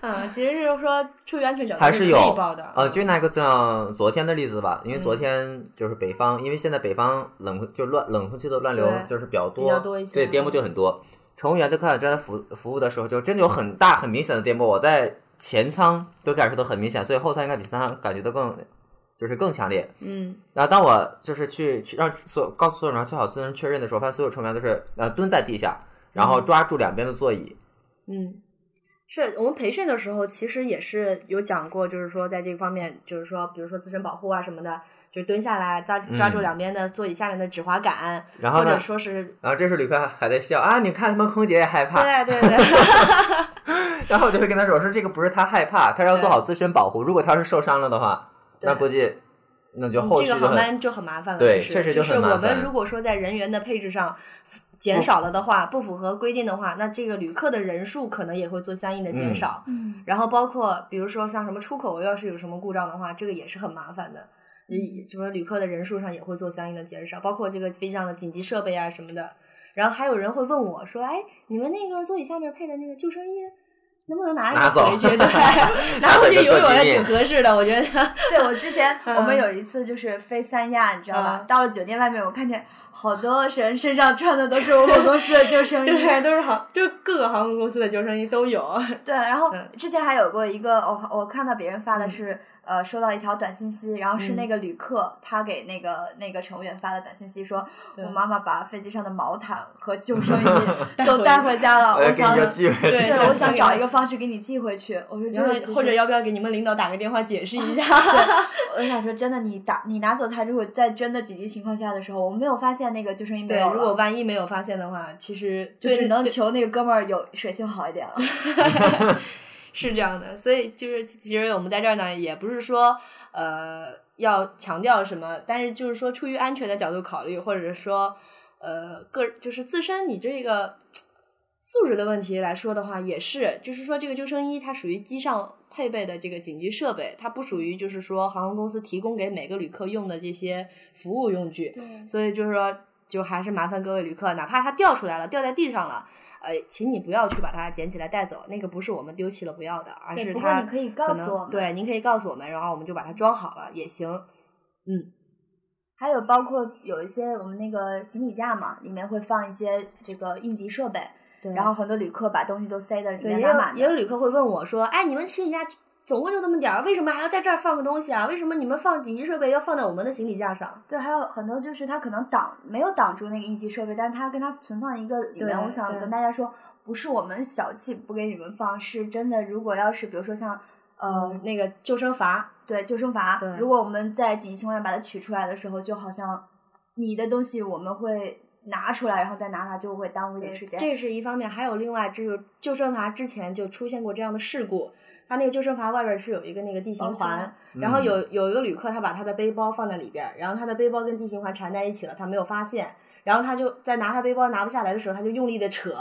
Speaker 1: 嗯，其实是说出于安全角度
Speaker 3: 还
Speaker 1: 是
Speaker 3: 是
Speaker 1: 可
Speaker 3: 有
Speaker 1: 以报的。
Speaker 3: 呃，就拿个像昨天的例子吧，因为
Speaker 1: 嗯
Speaker 3: 昨天就是北方，因为现在北方冷空就乱冷空气的乱流
Speaker 1: 对
Speaker 3: 就是比较多，
Speaker 1: 比较多一些
Speaker 3: 对颠簸就很多。乘务员在快闪站服服务的时候，就真的有很大很明显的颠簸，我在前舱都感受到很明显，所以后舱应该比前舱感觉到更就是更强烈。
Speaker 1: 嗯，
Speaker 3: 然后当我就是去去让所告诉所有人去好自人确认的时候，发现所有乘务员都是呃蹲在地下，然后抓住两边的座椅，
Speaker 1: 嗯，是我们培训的时候，其实也是有讲过，就是说在这个方面，就是说，比如说自身保护啊什么的，就是蹲下来抓抓住
Speaker 3: 嗯
Speaker 1: 两边的座椅下面的指滑杆，
Speaker 3: 然后
Speaker 1: 或
Speaker 3: 呢
Speaker 1: 者，说是。
Speaker 3: 然后这时候旅客还在笑啊，你看他们空姐也害怕，
Speaker 1: 对对 对，
Speaker 3: 然后我就会跟他说，我说这个不是他害怕，他要
Speaker 1: 对
Speaker 3: 做好自身保护。如果他要是受伤了的话，
Speaker 1: 对
Speaker 3: 那估计那就后
Speaker 1: 这
Speaker 3: 续
Speaker 1: 个
Speaker 3: 就
Speaker 1: 航
Speaker 3: 很
Speaker 1: 班就很麻烦了。
Speaker 3: 对
Speaker 1: 其实
Speaker 3: 确实
Speaker 1: 就
Speaker 3: 就是很麻
Speaker 1: 我们
Speaker 3: 烦
Speaker 1: 如果说在人员的配置上减少了的话，不符合规定的话，那这个旅客的人数可能也会做相应的减
Speaker 3: 嗯
Speaker 1: 少。
Speaker 2: 嗯，
Speaker 1: 然后包括比如说像什么出口，要是有什么故障的话，这个也是很麻烦的。你什么旅客的人数上也会做相应的减少，包括这个飞机上的紧急设备啊什么的。然后还有人会问我说：“哎，你们那个座椅下面配的那个救生衣，能不能拿一
Speaker 3: 拿
Speaker 1: 个
Speaker 3: 走
Speaker 1: 回去？ 对， 拿回去游泳也挺合适的，我觉得。
Speaker 2: 对我之前
Speaker 1: 嗯
Speaker 2: 我们有一次就是飞三亚，你知道吧？
Speaker 1: 嗯
Speaker 2: 到了酒店外面，我看见好多人身上穿的都是我们公司的救生衣，
Speaker 1: 对，都是航，就是各个航空公司的救生衣都有。
Speaker 2: 对，然后
Speaker 1: 嗯
Speaker 2: 之前还有过一个，我我看到别人发的
Speaker 1: 嗯
Speaker 2: 是，呃，收到一条短信息，然后是
Speaker 1: 嗯
Speaker 2: 那个旅客、他给那个那个乘务员发的短信息说，
Speaker 1: 对
Speaker 2: 我妈妈把飞机上的毛毯和救生衣
Speaker 1: 带
Speaker 2: 都
Speaker 1: 回
Speaker 2: 带
Speaker 1: 去
Speaker 2: 回家了，
Speaker 3: 我哎呃
Speaker 2: 我
Speaker 3: 要给
Speaker 2: 想
Speaker 3: 你。要寄回
Speaker 1: 对
Speaker 3: 去。
Speaker 2: 对，
Speaker 1: 想
Speaker 2: 我
Speaker 1: 寄
Speaker 2: 想
Speaker 1: 给
Speaker 2: 找
Speaker 1: 他
Speaker 2: 一个方式给你寄回去。我说这
Speaker 1: 然
Speaker 2: 个
Speaker 1: 后
Speaker 2: 其实
Speaker 1: 或者要不要给你们领导打个电话解释一下？
Speaker 2: 我想说真的，你打你拿走它，如果在真的紧急情况下的时候，我没有发现那个救生衣没
Speaker 1: 对
Speaker 2: 有，
Speaker 1: 如果
Speaker 2: 了
Speaker 1: 万一没有发现的话，其实
Speaker 2: 就
Speaker 1: 对
Speaker 2: 只
Speaker 1: 那
Speaker 2: 能
Speaker 1: 对
Speaker 2: 求那个哥们儿有水性好一点了。
Speaker 1: 是这样的，所以就是其实我们在这儿呢，也不是说呃要强调什么，但是就是说出于安全的角度考虑，或者是说呃个就是自身你这个素质的问题来说的话，也是就是说这个救生衣它属于机上配备的这个紧急设备，它不属于就是说航空公司提供给每个旅客用的这些服务用具，
Speaker 2: 对，
Speaker 1: 所以就是说，就还是麻烦各位旅客，哪怕它掉出来了，掉在地上了，呃，请你不要去把它捡起来带走，那个不是我们丢弃了不要的，而
Speaker 2: 对
Speaker 1: 是
Speaker 2: 不过
Speaker 1: 它
Speaker 2: 你可以
Speaker 1: 可
Speaker 2: 告诉
Speaker 1: 能
Speaker 2: 我们
Speaker 1: 对，您可以告诉我们，然后我们就把它装好了也行。
Speaker 2: 还有包括有一些我们那个行李架嘛，里面会放一些这个应急设备，
Speaker 1: 对
Speaker 2: 然后很多旅客把东西都塞在里
Speaker 1: 对
Speaker 2: 面
Speaker 1: 也
Speaker 2: 拉
Speaker 1: 有
Speaker 2: 满
Speaker 1: 也有
Speaker 2: 的。
Speaker 1: 旅客会问我说，哎，你们行李架总共就这么点儿，为什么还要在这儿放个东西啊？为什么你们放紧急设备要放在我们的行李架上？
Speaker 2: 对，还有很多就是它可能挡没有挡住那个应急设备，但是它跟它存放一个里面。
Speaker 1: 对
Speaker 2: 我想
Speaker 1: 对
Speaker 2: 跟大家说，不是我们小气不给你们放，是真的。如果要是比如说像呃、
Speaker 1: 呃，那个救生筏，
Speaker 2: 对救生筏
Speaker 1: 对，
Speaker 2: 如果我们在紧急情况下把它取出来的时候，就好像你的东西我们会拿出来，然后再拿它，就会耽误一点时间。
Speaker 1: 这是一方面，还有另外就是救生筏之前就出现过这样的事故，它那个救生筏外边儿是有一个那个地形
Speaker 2: 包嗯
Speaker 1: 环，
Speaker 2: 装
Speaker 1: 然后有有一个旅客，他把他的背包放在里边儿，然后他的背包跟地形环缠在一起了，他没有发现，然后他就在拿他背包拿不下来的时候，他就用力的扯，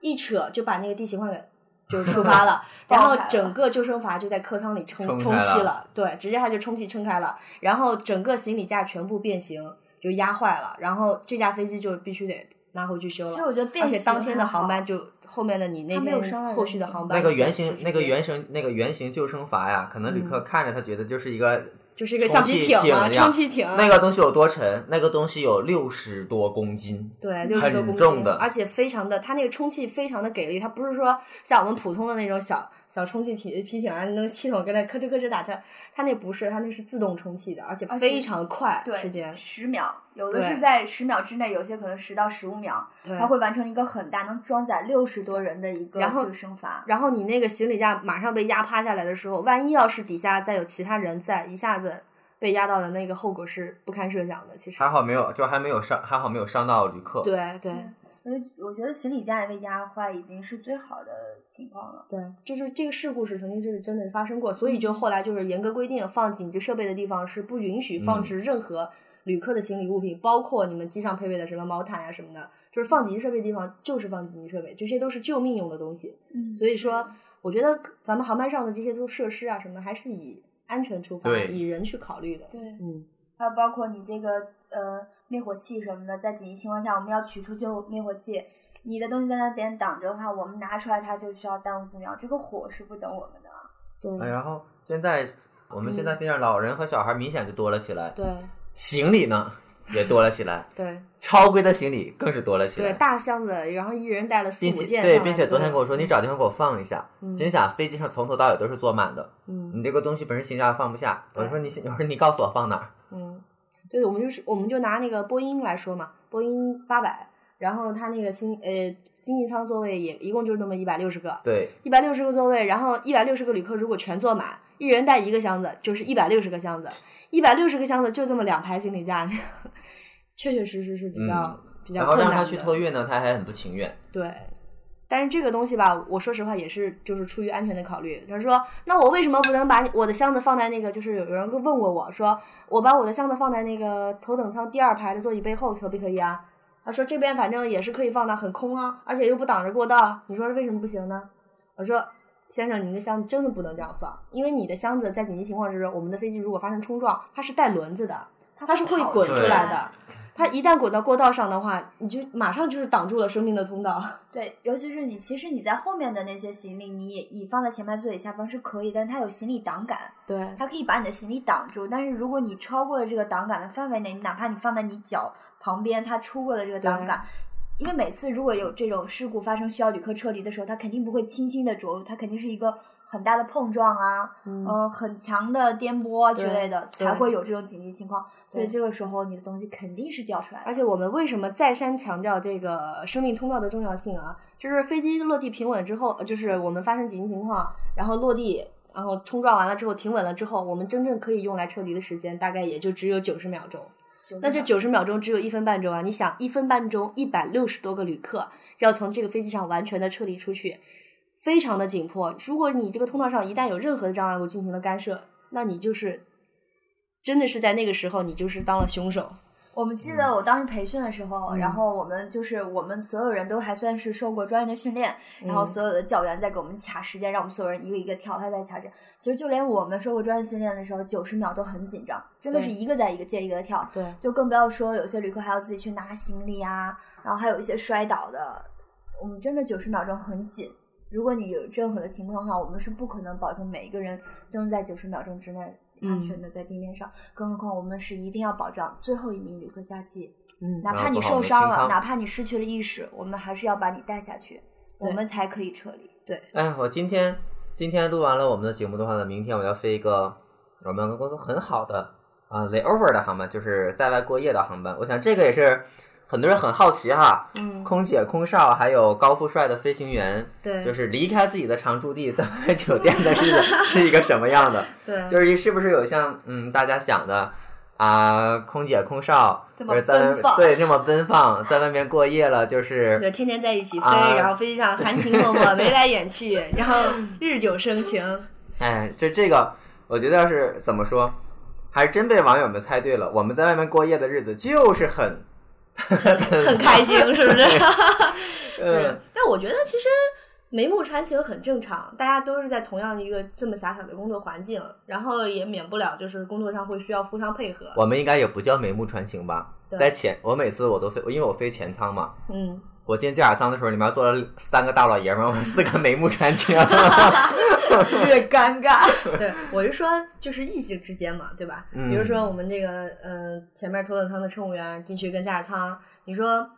Speaker 1: 一扯就把那个地形环给就是触发 了，然
Speaker 2: 爆
Speaker 1: 后
Speaker 2: 开
Speaker 1: 整
Speaker 2: 了
Speaker 1: 个救生筏就在课堂里冲
Speaker 3: 冲
Speaker 1: 充
Speaker 3: 开
Speaker 1: 气
Speaker 3: 了
Speaker 1: 了，对，直接他就充气撑开了，然后整个行李架全部变形，就压坏了，然后这架飞机就必须得拿回去修了。
Speaker 2: 其实我觉得变
Speaker 1: 而且
Speaker 2: 形
Speaker 1: 当天的
Speaker 2: 还好
Speaker 1: 航班就后面的你那
Speaker 2: 它没有伤
Speaker 1: 天
Speaker 2: 害
Speaker 1: 后
Speaker 2: 人
Speaker 1: 续的
Speaker 2: 就
Speaker 1: 航班
Speaker 3: 那个
Speaker 1: 就
Speaker 3: 圆
Speaker 1: 是
Speaker 3: 形
Speaker 1: 直
Speaker 3: 那个
Speaker 1: 接
Speaker 3: 圆形那个圆形救生筏呀，可能旅客看着他觉得就是一个
Speaker 1: 嗯就是一个
Speaker 3: 充
Speaker 1: 橡皮
Speaker 3: 气
Speaker 1: 艇
Speaker 3: 艇
Speaker 1: 嘛，
Speaker 3: 一
Speaker 1: 充
Speaker 3: 样
Speaker 1: 气艇啊
Speaker 3: 那个东西有多沉？那个东西有六十多公斤。
Speaker 1: 对，六十多公斤，
Speaker 3: 很重的
Speaker 1: 而且非常的，它那个充气非常的给力，它不是说像我们普通的那种小小充气皮皮艇啊，那个系统跟它咯吱咯吱打气儿，它那不是，它那是自动充气的，而且
Speaker 2: 而且
Speaker 1: 非常快时
Speaker 2: 对
Speaker 1: 间，
Speaker 2: 十秒，有的
Speaker 1: 对
Speaker 2: 是在十秒之内，有些可能十到十五秒，
Speaker 1: 对
Speaker 2: 它会完成一个很大，能装载六十多人的一个
Speaker 1: 然后
Speaker 2: 救生筏。
Speaker 1: 然后你那个行李架马上被压趴下来的时候，万一要是底下再有其他人在，一下子被压到的那个后果是不堪设想的。其实
Speaker 3: 还，好没有，就还没有伤，还好没有伤到旅客。，
Speaker 1: 对对
Speaker 2: 嗯我就我觉得行李架被压坏已经是最好的情况了。
Speaker 1: 对，就是这个事故是曾经是真的发生过，所
Speaker 2: 嗯
Speaker 1: 以就后来就是严格规定，放紧急设备的地方是不允许放
Speaker 3: 嗯
Speaker 1: 置任何旅客的行李物品，包括你们机上配备的什么毛毯呀、什么的，就是放紧急设备的地方就是放紧急设备，这些都是救命用的东西。
Speaker 2: 嗯
Speaker 1: 所以说，我觉得咱们航班上的这些都设施啊什么，还是以安全出发，
Speaker 3: 对
Speaker 1: 以人去考虑的。
Speaker 2: 对，
Speaker 1: 嗯，
Speaker 2: 还有包括你这个呃灭火器什么的，在紧急情况下我们要取出救灭火器，你的东西在那边挡着的话，我们拿出来它就需要耽误几秒，这个火是不等我们的。
Speaker 1: 对
Speaker 3: 哎
Speaker 1: 嗯
Speaker 3: 然后现在我们现在飞机上老人和小孩明显就多了起来，
Speaker 1: 对
Speaker 3: 行李呢也多了起来，
Speaker 1: 对
Speaker 3: 超规的行李更是多了起来。
Speaker 1: 对，大箱子，然后一人带了四
Speaker 3: 啊并
Speaker 1: 五
Speaker 3: 且
Speaker 1: 件上来。
Speaker 3: 对，并且昨天跟我说，你找地方给我放一下。
Speaker 1: 嗯
Speaker 3: 心想飞机上从头到尾都是坐满的，
Speaker 1: 嗯，
Speaker 3: 你这个东西本身行李架放不下。
Speaker 1: 对
Speaker 3: 我说你先，我说你告诉我放哪儿？
Speaker 1: 嗯，对，我们就是我们就拿那个波音来说嘛，波音八百，然后它那个经呃经济舱座位也一共就那么一百六十个，
Speaker 3: 对，
Speaker 1: 一百六十个座位，然后一百六十个旅客如果全坐满，一人带一个箱子，就是一百六十个箱子，一百六十个箱子就这么两排行李架， 确确实实是比较、比较
Speaker 3: 嗯然后
Speaker 1: 困难的。
Speaker 3: 让他去托运呢，他还很不情愿。
Speaker 1: 对，但是这个东西吧，我说实话也是就是出于安全的考虑。他说，那我为什么不能把你我的箱子放在那个？就是有人问过我说，我把我的箱子放在那个头等舱第二排的座椅背后，可不可以啊？他说这边反正也是可以放的，很空啊，而且又不挡着过道啊，你说为什么不行呢？我说。先生，您的箱子真的不能这样放，因为你的箱子在紧急情况之中，我们的飞机如果发生冲撞，它是带轮子的，它是会
Speaker 2: 跑
Speaker 1: 滚出
Speaker 3: 出
Speaker 1: 来
Speaker 3: 来
Speaker 1: 的。它一旦滚到过道上的话，你就马上就是挡住了生命的通道。
Speaker 2: 对，尤其是你，其实你在后面的那些行李，你也你放在前排座椅下方是可以，但是它有行李挡杆，
Speaker 1: 对
Speaker 2: 它可以把你的行李挡住。但是如果你超过了这个挡杆的范围内，哪怕你放在你脚旁边，它出过了这个挡杆，因为每次如果有这种事故发生需要旅客撤离的时候，它肯定不会轻轻的着陆，它肯定是一个很大的碰撞啊，
Speaker 1: 嗯，
Speaker 2: 呃，很强的颠簸啊之
Speaker 1: 对
Speaker 2: 类的，
Speaker 1: 对
Speaker 2: 才会有这种紧急情况。所以
Speaker 1: 对
Speaker 2: 这个时候你的东西肯定是掉出来的
Speaker 1: 而。且我们为什么再三强调这个生命通道的重要性啊？就是飞机落地平稳之后，呃就是我们发生紧急情况，然后落地，然后冲撞完了之后停稳了之后，我们真正可以用来撤离的时间大概也就只有九十秒钟。那这九十秒钟只有一分半钟啊！你想，一分半钟，一百六十多个旅客要从这个飞机上完全的撤离出去，非常的紧迫。如果你这个通道上一旦有任何的障碍物进行了干涉，那你就是真的是在那个时候，你就是当了凶手。
Speaker 2: 我们记得我当时培训的时候，
Speaker 1: 嗯
Speaker 2: 然后我们就是我们所有人都还算是受过专业的训练，
Speaker 1: 嗯
Speaker 2: 然后所有的教员在给我们卡时间，让我们所有人一个一个跳，他在卡时间。其实就连我们受过专业训练的时候，九十秒都很紧张，真的
Speaker 1: 对
Speaker 2: 是一个在一个接一个的跳，
Speaker 1: 对
Speaker 2: 就更不要说有些旅客还要自己去拿行李啊，然后还有一些摔倒的，我们真的九十秒钟很紧。如果你有任何的情况的话，我们是不可能保证每一个人都能在九十秒钟之内
Speaker 1: 嗯
Speaker 2: 安全的在地面上，更何况我们是一定要保障最后一名旅客下机，
Speaker 1: 嗯
Speaker 2: 哪
Speaker 3: 然后
Speaker 2: 怕你
Speaker 3: 做好
Speaker 2: 受
Speaker 3: 我们
Speaker 2: 伤
Speaker 3: 清
Speaker 2: 了，
Speaker 3: 仓
Speaker 2: 哪怕你失去了意识，我们还是要把你带下去，我
Speaker 1: 对
Speaker 2: 们才可以撤离。
Speaker 3: 哎，我今天今天录完了我们的节目的话呢，明天我要飞一个我们公司很好的啊 layover 的航班，就是在外过夜的航班。我想这个也是很多人很好奇哈，
Speaker 1: 嗯，
Speaker 3: 空姐、空少还有高富帅的飞行员，
Speaker 1: 对，
Speaker 3: 就是离开自己的常住地，在外酒店 的日子是一个什么样的？
Speaker 1: 对，
Speaker 3: 就是是不是有像嗯大家想的啊，空姐、空少
Speaker 1: 这么
Speaker 3: 就是在
Speaker 1: 奔放
Speaker 3: 对这么奔放，在外面过夜了，就是
Speaker 1: 就天天在一起飞，
Speaker 3: 啊
Speaker 1: 然后飞机上含情脉脉、眉来眼去，然后日久生 情。
Speaker 3: 哎，这这个，我觉得要是怎么说，还真被网友们猜对了。我们在外面过夜的日子就是很，
Speaker 1: 很开心，是不是？
Speaker 3: 嗯，，
Speaker 1: 但我觉得其实眉目传情很正常，大家都是在同样一个这么狭小的工作环境，然后也免不了就是工作上会需要互相配合。
Speaker 3: 我们应该也不叫眉目传情吧？
Speaker 1: 对
Speaker 3: 在前，我每次我都飞，因为我飞前舱嘛，
Speaker 1: 嗯，
Speaker 3: 我进驾驶舱的时候，里面坐了三个大老爷们儿，我们四个眉目 传情。
Speaker 1: 越尴尬。对，我就说就是异性之间嘛，对吧？
Speaker 3: 嗯
Speaker 1: 比如说我们这个嗯、呃前面头等舱的乘务员进去跟驾驶舱，你说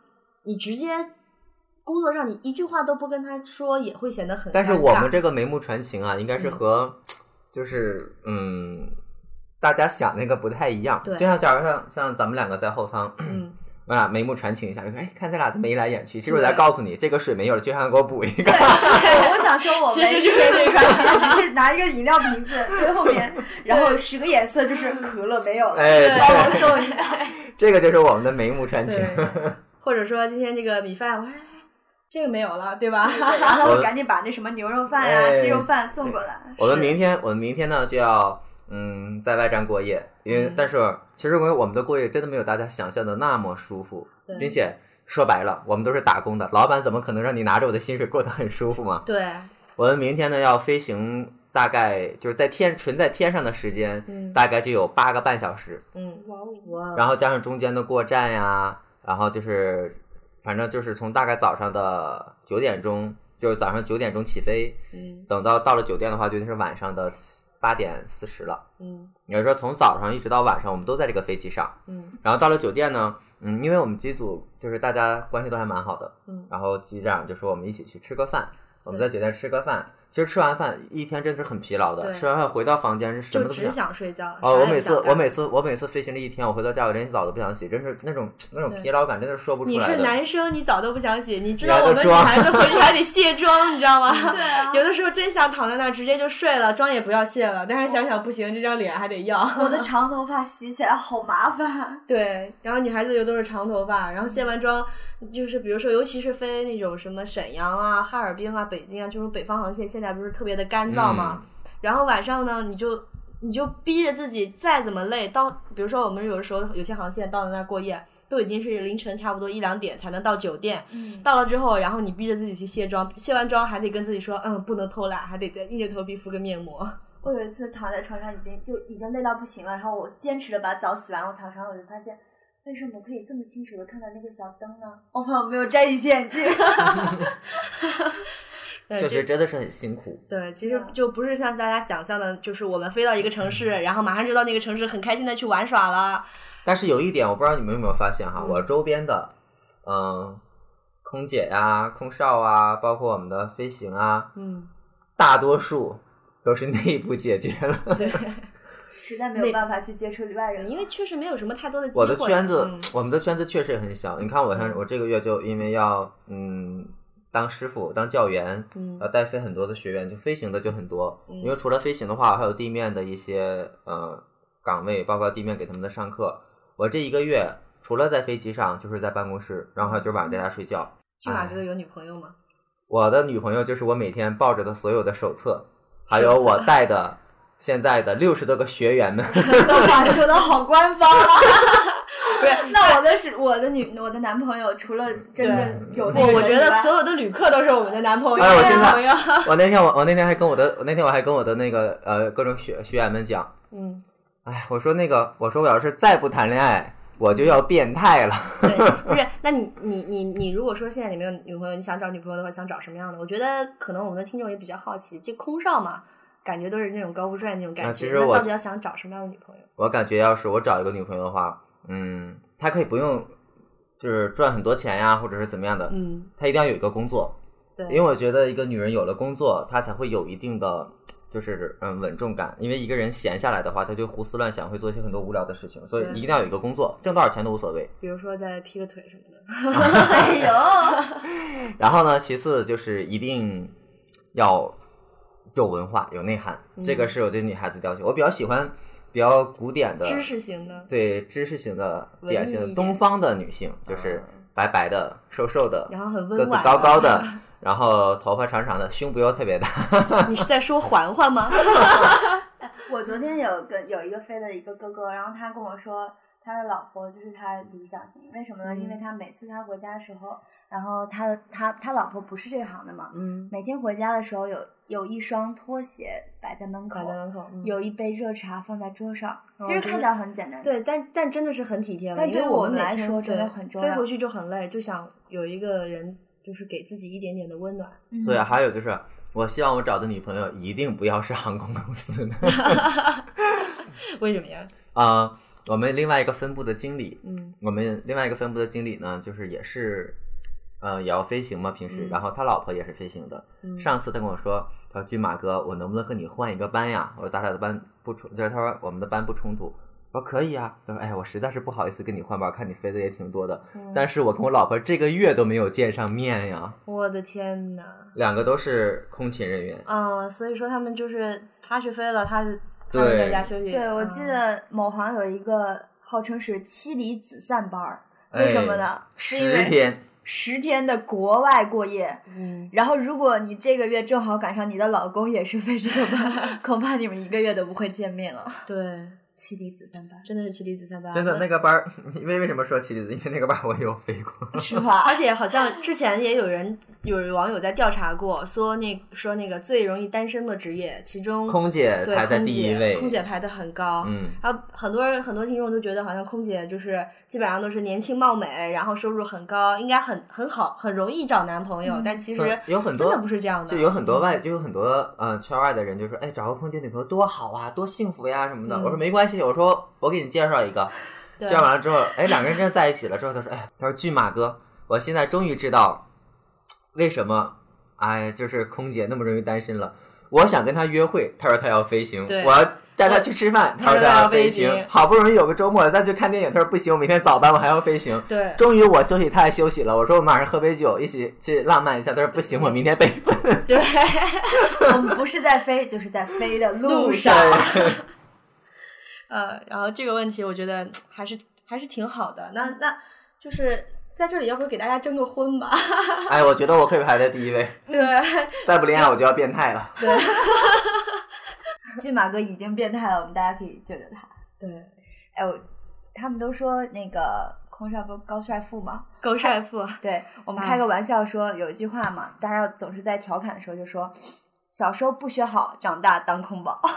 Speaker 1: 你直接哦工作上你一句话都不跟他说，也会显得很尴尬。嗯
Speaker 3: 但是我们这个眉目传情啊，应该是和，就是嗯，大家想那个不太一样。
Speaker 1: 对
Speaker 3: 就像假如像像咱们两个在后舱，
Speaker 1: 嗯，
Speaker 3: 我俩啊眉目传情一下，就说哎，看咱俩这么眉来眼去。其实我
Speaker 1: 对
Speaker 3: 在告诉你，这个水没有了，就想给我补一个。
Speaker 2: 对，我想说，我
Speaker 1: 其实
Speaker 2: 唯一
Speaker 1: 就
Speaker 2: 的
Speaker 1: 是这
Speaker 2: 这个，只是拿一个饮料瓶子最后 面，然后十个颜色就是
Speaker 1: 嗯
Speaker 2: 可乐没有了，
Speaker 3: 哎，
Speaker 2: 帮我
Speaker 3: 对，
Speaker 2: 送一下。
Speaker 3: 这个就是我们的眉目传情。
Speaker 1: 嗯对， 或者说今天这个米饭，我说哎这个没有了，对吧？
Speaker 2: 然后
Speaker 3: 我
Speaker 2: 赶紧把那什么牛肉饭啊、
Speaker 3: 哎
Speaker 2: 鸡肉饭送过来。
Speaker 3: 我们明天，我们明天呢就要嗯在外站过夜，因为、
Speaker 1: 嗯
Speaker 3: 但是其实我我们的过夜真的没有大家想象的那么舒服，
Speaker 1: 对
Speaker 3: 并且说白了，我们都是打工的，老板怎么可能让你拿着我的薪水过得很舒服嘛？
Speaker 1: 对，
Speaker 3: 我们明天呢要飞行，大概就是在天纯在天上的时间，
Speaker 1: 嗯
Speaker 3: 大哦概就有八个半小时，
Speaker 1: 嗯，哇
Speaker 3: 然后加上中间的过站呀、然后就是反正就是从大概早上的九点钟，就是早上九点钟起飞，
Speaker 1: 嗯
Speaker 3: 等到到了酒店的话，就已经是晚上的八点四十了。
Speaker 1: 嗯
Speaker 3: 也就是说，从早上一直到晚上，我们都在这个飞机上。
Speaker 1: 嗯
Speaker 3: 然后到了酒店呢，嗯，因为我们机组就是大家关系都还蛮好的，
Speaker 1: 嗯，
Speaker 3: 然后机长就说我们一起去吃个饭，我们在酒店吃个饭。其实吃完饭一天真的是很疲劳的，
Speaker 1: 对
Speaker 3: 吃完饭回到房间是什
Speaker 1: 就
Speaker 3: 么都不
Speaker 1: 只
Speaker 3: 想。
Speaker 1: 想睡觉。
Speaker 3: 哦，
Speaker 1: 啥
Speaker 3: 我
Speaker 1: 也
Speaker 3: 每
Speaker 1: 不
Speaker 3: 次
Speaker 1: 想干
Speaker 3: 我每次我每次飞行了一天，我回到家我连澡都不想洗，真是那种那种
Speaker 1: 对
Speaker 3: 疲劳感，真的是说不出
Speaker 1: 你
Speaker 3: 来
Speaker 1: 是
Speaker 3: 的。
Speaker 1: 男生，你澡都不想洗，你知
Speaker 3: 你还
Speaker 1: 道我
Speaker 3: 得
Speaker 1: 们女
Speaker 3: 装嗯
Speaker 1: 孩子回去还得卸 妆，你知道吗？
Speaker 2: 对啊
Speaker 1: 有的时候真想躺在那儿直接就睡了，妆也不要卸了，但是想想不行，这张脸还得要。
Speaker 2: 我的长头发洗起来好麻烦，
Speaker 1: 对，然后女孩子又都是长头发，然后卸完妆，就是比如说，尤其是飞那种什么沈阳啊、哈尔滨啊、北京啊，就是北方航线，现在不是特别的干燥
Speaker 3: 嗯
Speaker 1: 嘛。然后晚上呢，你就你就逼着自己再怎么累，到比如说我们有的时候有些航线到了那儿过夜，都已经是凌晨差不多一两点才能到酒店。
Speaker 2: 嗯，
Speaker 1: 到了之后，然后你逼着自己去卸妆，卸完妆还得跟自己说，嗯，不能偷懒，还得再硬着头皮敷个面膜。
Speaker 2: 我有一次躺在床上，已经就已经累到不行了，然后我坚持着把澡洗完，我躺床上我就发现，为什么我可以这么清楚的看到那个小灯呢？我怕我哦没有摘隐形眼镜。
Speaker 1: 对
Speaker 3: 嗯确
Speaker 1: 这
Speaker 3: 实真的是很辛苦。
Speaker 1: 对，其
Speaker 2: 啊
Speaker 1: 实就不是像大家想象的，就是我们飞到一个城市，然后马上就到那个城市，很开心的去玩耍了。
Speaker 3: 但是有一点，我不知道你们有没有发现哈，
Speaker 1: 嗯
Speaker 3: 我周边的，嗯、空姐呀、空少啊，包括我们的飞行啊，
Speaker 1: 嗯，
Speaker 3: 大多数都是内部解决了。
Speaker 1: 对，
Speaker 2: 实在没有办法去接触外人，
Speaker 1: 因为确实没有什么太多的机会。
Speaker 3: 我的圈子，
Speaker 1: 嗯
Speaker 3: 我们的圈子确实也很小。你看我像我这个月就因为要嗯当师傅、当教员，
Speaker 1: 嗯
Speaker 3: 要呃带飞很多的学员，就飞行的就很多。
Speaker 1: 嗯
Speaker 3: 因为除了飞行的话，还有地面的一些呃岗位，包括地面给他们的上课。我这一个月除了在飞机上，就是在办公室，然后还有就是晚上在家睡觉。
Speaker 1: 骏
Speaker 3: 哎
Speaker 1: 马觉得有女朋友吗？
Speaker 3: 我的女朋友就是我每天抱着的所有的手册，还 有我带的现在的六十多个学员们。
Speaker 2: 都 话说的好官方 啊。不是，那我的是我的女我的男朋友，除了真的有啊那
Speaker 1: 我
Speaker 2: 个
Speaker 1: 我觉
Speaker 2: 人以
Speaker 1: 得
Speaker 2: 外
Speaker 1: 所有的旅客都是我们的男朋友，
Speaker 3: 哎我现在
Speaker 1: 朋友。
Speaker 3: 我那天我我那天还跟我的我那天我还跟我的那个呃各种学学员们讲，
Speaker 1: 嗯，
Speaker 3: 哎，我说那个我说我要是再不谈恋爱，我就要变态了。
Speaker 1: 对， 不是，那你你你你，如果说现在你没有女朋友，你想找女朋友的话，想找什么样的？我觉得可能我们的听众也比较好奇，这空少嘛，感觉都是那种高富帅那种感
Speaker 3: 啊
Speaker 1: 觉，
Speaker 3: 其实
Speaker 1: 那
Speaker 3: 我
Speaker 1: 到底要想找什么样的女朋友？
Speaker 3: 我感觉要是我找一个女朋友的话，嗯，她可以不用就是赚很多钱呀，或者是怎么样的，
Speaker 1: 嗯，
Speaker 3: 她一定要有一个工作，
Speaker 1: 对，
Speaker 3: 因为我觉得一个女人有了工作，她才会有一定的就是嗯稳重感。因为一个人闲下来的话，她就胡思乱想，会做一些很多无聊的事情。所以
Speaker 1: 对
Speaker 3: 一定要有一个工作，挣多少钱都无所谓。
Speaker 1: 比如说再劈个腿什么的，
Speaker 3: 啊
Speaker 2: 哎呦，
Speaker 1: 嗯
Speaker 3: 然后呢，其次就是一定要有文化、有内涵，
Speaker 1: 嗯
Speaker 3: 这个是我对女孩子的要求。我比较喜欢比较古典的
Speaker 1: 知识型的，
Speaker 3: 对知识型的、
Speaker 1: 文
Speaker 3: 典型
Speaker 1: 艺一点
Speaker 3: 的
Speaker 1: 啊
Speaker 3: 东方的女性，就是白白的、瘦瘦的，
Speaker 1: 然后很
Speaker 3: 个
Speaker 1: 温
Speaker 3: 子
Speaker 1: 婉，
Speaker 3: 高高的， 然后头发长长的，胸不要特别大。
Speaker 1: 你是在说环环 吗？
Speaker 2: 我昨天有个有一个飞的一个哥哥，然后他跟我说，他的老婆就是他理想型，为什么呢？因为
Speaker 1: 嗯
Speaker 2: 他每次他回家的时候，然后他的他他老婆不是这行的嘛，
Speaker 1: 嗯，
Speaker 2: 每天回家的时候有有一双拖鞋摆在门口
Speaker 1: 摆，在门口，嗯
Speaker 2: 有一杯热茶放在桌上，
Speaker 1: 嗯
Speaker 2: 其实看起来很简单，
Speaker 1: 对，但但真的是很体贴了，
Speaker 2: 但
Speaker 1: 因
Speaker 2: 对
Speaker 1: 为
Speaker 2: 于我
Speaker 1: 们
Speaker 2: 们
Speaker 1: 每
Speaker 2: 来
Speaker 1: 天
Speaker 2: 说真的
Speaker 1: 对
Speaker 2: 很重
Speaker 1: 飞
Speaker 2: 要
Speaker 1: 回去就很累，就想有一个人就是给自己一点点的温 暖。
Speaker 2: 嗯
Speaker 3: 对，啊还有就是，我希望我找的女朋友一定不要是航空公司的
Speaker 1: 为什么呀？
Speaker 3: 啊、我们另外一个分部的经理，
Speaker 1: 嗯
Speaker 3: 我们另外一个分部的经理呢，就是也是，呃，也要飞行嘛，平时，
Speaker 1: 嗯
Speaker 3: 然后他老婆也是飞行的。
Speaker 1: 嗯，
Speaker 3: 上次他跟我说，他说军马哥，我能不能和你换一个班呀？我说咱俩的班不冲，就是他说我们的班不冲突。我说可以啊。他说哎，我实在是不好意思跟你换班，看你飞的也挺多的，
Speaker 1: 嗯
Speaker 3: 但是我跟我老婆这个月都没有见上面呀。
Speaker 1: 我的天呐。
Speaker 3: 两个都是空勤人员，
Speaker 1: 嗯，所以说他们就是他去飞了，他是他
Speaker 3: 对
Speaker 1: 们在家休息。
Speaker 2: 对，我记
Speaker 1: 嗯
Speaker 2: 得某行有一个号称是妻离子散班儿，
Speaker 3: 哎
Speaker 2: 为什么呢？是因
Speaker 3: 十
Speaker 2: 为
Speaker 3: 天，
Speaker 2: 十天的国外过夜。
Speaker 1: 嗯，
Speaker 2: 然后，如果你这个月正好赶上你的老公也是飞这 个班，恐怕你们一个月都不会见面了。
Speaker 1: 对，
Speaker 2: 妻离子散班
Speaker 1: 真的是妻离子散吧？
Speaker 3: 真的
Speaker 1: 我
Speaker 3: 那个班儿， 因为为什么说妻离子？因为那个班儿我有飞过，
Speaker 2: 是吧？
Speaker 1: 而且好像之前也有人有网友在调查过，说那说那个最容易单身的职业，其中
Speaker 3: 空姐
Speaker 1: 对
Speaker 3: 排在
Speaker 1: 空
Speaker 3: 第
Speaker 1: 姐
Speaker 3: 一位，
Speaker 1: 空姐排的很高。
Speaker 3: 嗯，
Speaker 1: 然后很多人很多听众都觉得好像空姐就是基本上都是年轻貌美，然后收入很高，应该很很好，很容易找男朋友。
Speaker 2: 嗯
Speaker 1: 但其实
Speaker 3: 所以有很多
Speaker 1: 真的不是这样的，
Speaker 3: 就有很多外，就有很多呃圈外的人就说，哎，找个空姐女朋友多好啊，多幸福呀什么的。
Speaker 1: 嗯
Speaker 3: 我说没关系，我说我给你介绍一个，
Speaker 1: 对
Speaker 3: 介绍完了之后，哎，两个人真的在一起了之后，他说，哎，他说巨马哥，我现在终于知道为什么，哎，就是空姐那么容易单身了。我想跟她约会，她说她要飞行，
Speaker 1: 对
Speaker 3: 我要带她去吃饭，
Speaker 1: 她
Speaker 3: 她
Speaker 1: 说
Speaker 3: 说
Speaker 1: 她要
Speaker 3: 要
Speaker 1: 飞
Speaker 3: 行
Speaker 1: 行，
Speaker 3: 好不容易有个周末再去看电影，她说不行，我明天早班我还要飞行。
Speaker 1: 对。
Speaker 3: 终于我休息，她也休息了。我说我马上喝杯酒，一起去浪漫一下。她说不行，我明天被
Speaker 1: 对，
Speaker 2: 我们不是在飞，就是在飞的
Speaker 1: 路
Speaker 2: 路
Speaker 1: 上
Speaker 2: 上。
Speaker 1: 呃，然后这个问题我觉得嗯还是还是挺好的。那那就是在这里，要不给大家征个婚吧？
Speaker 3: 哎，我觉得我可以排在第一位，
Speaker 1: 对，
Speaker 3: 再不恋爱我就要变态了。
Speaker 2: 骏马哥已经变态了，我们大家可以救救他。
Speaker 1: 对，
Speaker 2: 哎，我他们都说那个空少不是高帅富吗？
Speaker 1: 高帅富，
Speaker 2: 对我们
Speaker 1: 啊
Speaker 2: 开个玩笑说，有一句话嘛，大家总是在调侃的时候就说，小时候不学好，长大当空宝。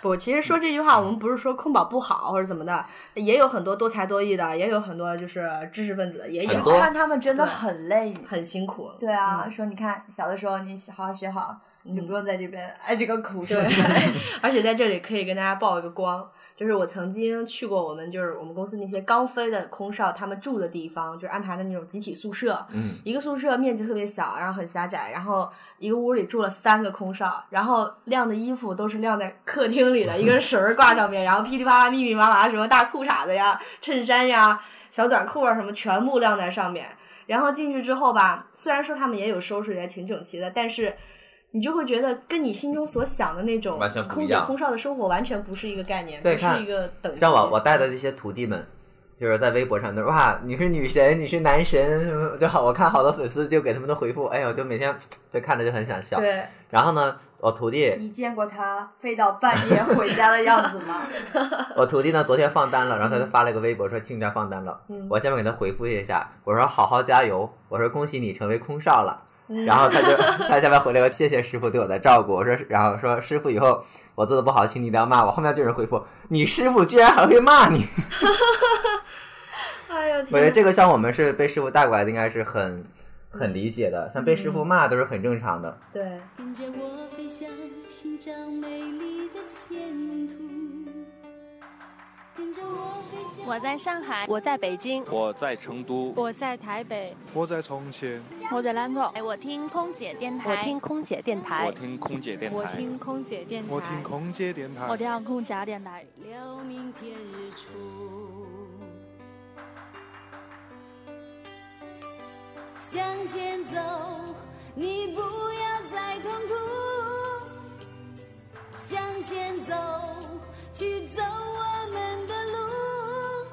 Speaker 1: 不，其实说这句话，我们不是说空宝不好或者怎么的，也有很多多才多艺的，也有很多就是知识分子，也
Speaker 3: 很
Speaker 1: 有
Speaker 3: 多
Speaker 2: 看他们真的
Speaker 1: 对
Speaker 2: 很累。
Speaker 1: 很辛苦。
Speaker 2: 对啊，
Speaker 1: 嗯
Speaker 2: 说你看小的时候你学好好学好，你就
Speaker 1: 嗯
Speaker 2: 不用在这边挨这个苦。
Speaker 1: 对， 而且在这里可以跟大家曝一个光，就是我曾经去过我们就是我们公司那些刚飞的空少他们住的地方，就是安排的那种集体宿舍。
Speaker 3: 嗯，
Speaker 1: 一个宿舍面积特别小，然后很狭窄，然后一个屋里住了三个空少，然后晾的衣服都是晾在客厅里的，一根绳儿挂上面，然后噼里啪啦、密密麻麻什么大裤衩子呀、衬衫呀、小短裤啊什么，全部晾在上面。然后进去之后吧，虽然说他们也有收拾的，也挺整齐的，但是你就会觉得跟你心中所想的那种
Speaker 3: 完全不
Speaker 1: 空
Speaker 3: 一
Speaker 1: 姐
Speaker 3: 样
Speaker 1: 空少的生活完全不是一个概念，不
Speaker 3: 对
Speaker 1: 是
Speaker 3: 看
Speaker 1: 一个等级。
Speaker 3: 像我我带的这些徒弟们，就是在微博上都说哇，你是女神，你是男神，什么就好。我看好多粉丝就给他们的回复，哎呦，就每天就看着就很想笑。
Speaker 1: 对，
Speaker 3: 然后呢，我徒弟
Speaker 2: 你见过他飞到半夜回家的样子吗？
Speaker 3: 我徒弟呢昨天放单了，然后他就发了个微博说庆家放单了。
Speaker 1: 嗯，
Speaker 3: 我下面给他回复一下，我说好好加油，我说恭喜你成为空少了。
Speaker 1: 嗯
Speaker 3: 然后 他就他下面回了个谢谢师傅对我的照顾，我说然后说师傅以后我做的不好，请你一定要骂我。后面就有人回复你师傅居然还会骂你，
Speaker 1: 哎呦
Speaker 3: 我觉
Speaker 1: 天哪，
Speaker 3: 得这个像我们是被师傅带过来的，应该是很很理解
Speaker 1: 嗯
Speaker 3: 的，像被师傅骂都是很正常的。
Speaker 1: 对，
Speaker 6: 跟着我飞翔，寻找美丽的前途。跟着我飞翔。
Speaker 4: 我在上海，我在北京，
Speaker 5: 我在成都，
Speaker 7: 我在台北，
Speaker 8: 我在从前，
Speaker 7: 我在兰州，
Speaker 4: 哎，我听空姐电台，
Speaker 7: 我听空姐电台
Speaker 5: 我，听空姐电台，
Speaker 7: 我听空姐电台，
Speaker 5: 我听空姐电台，
Speaker 7: 我听空姐电台。
Speaker 6: 聊明天日出。向前走，你不要再痛苦。向前走，去走我们的路。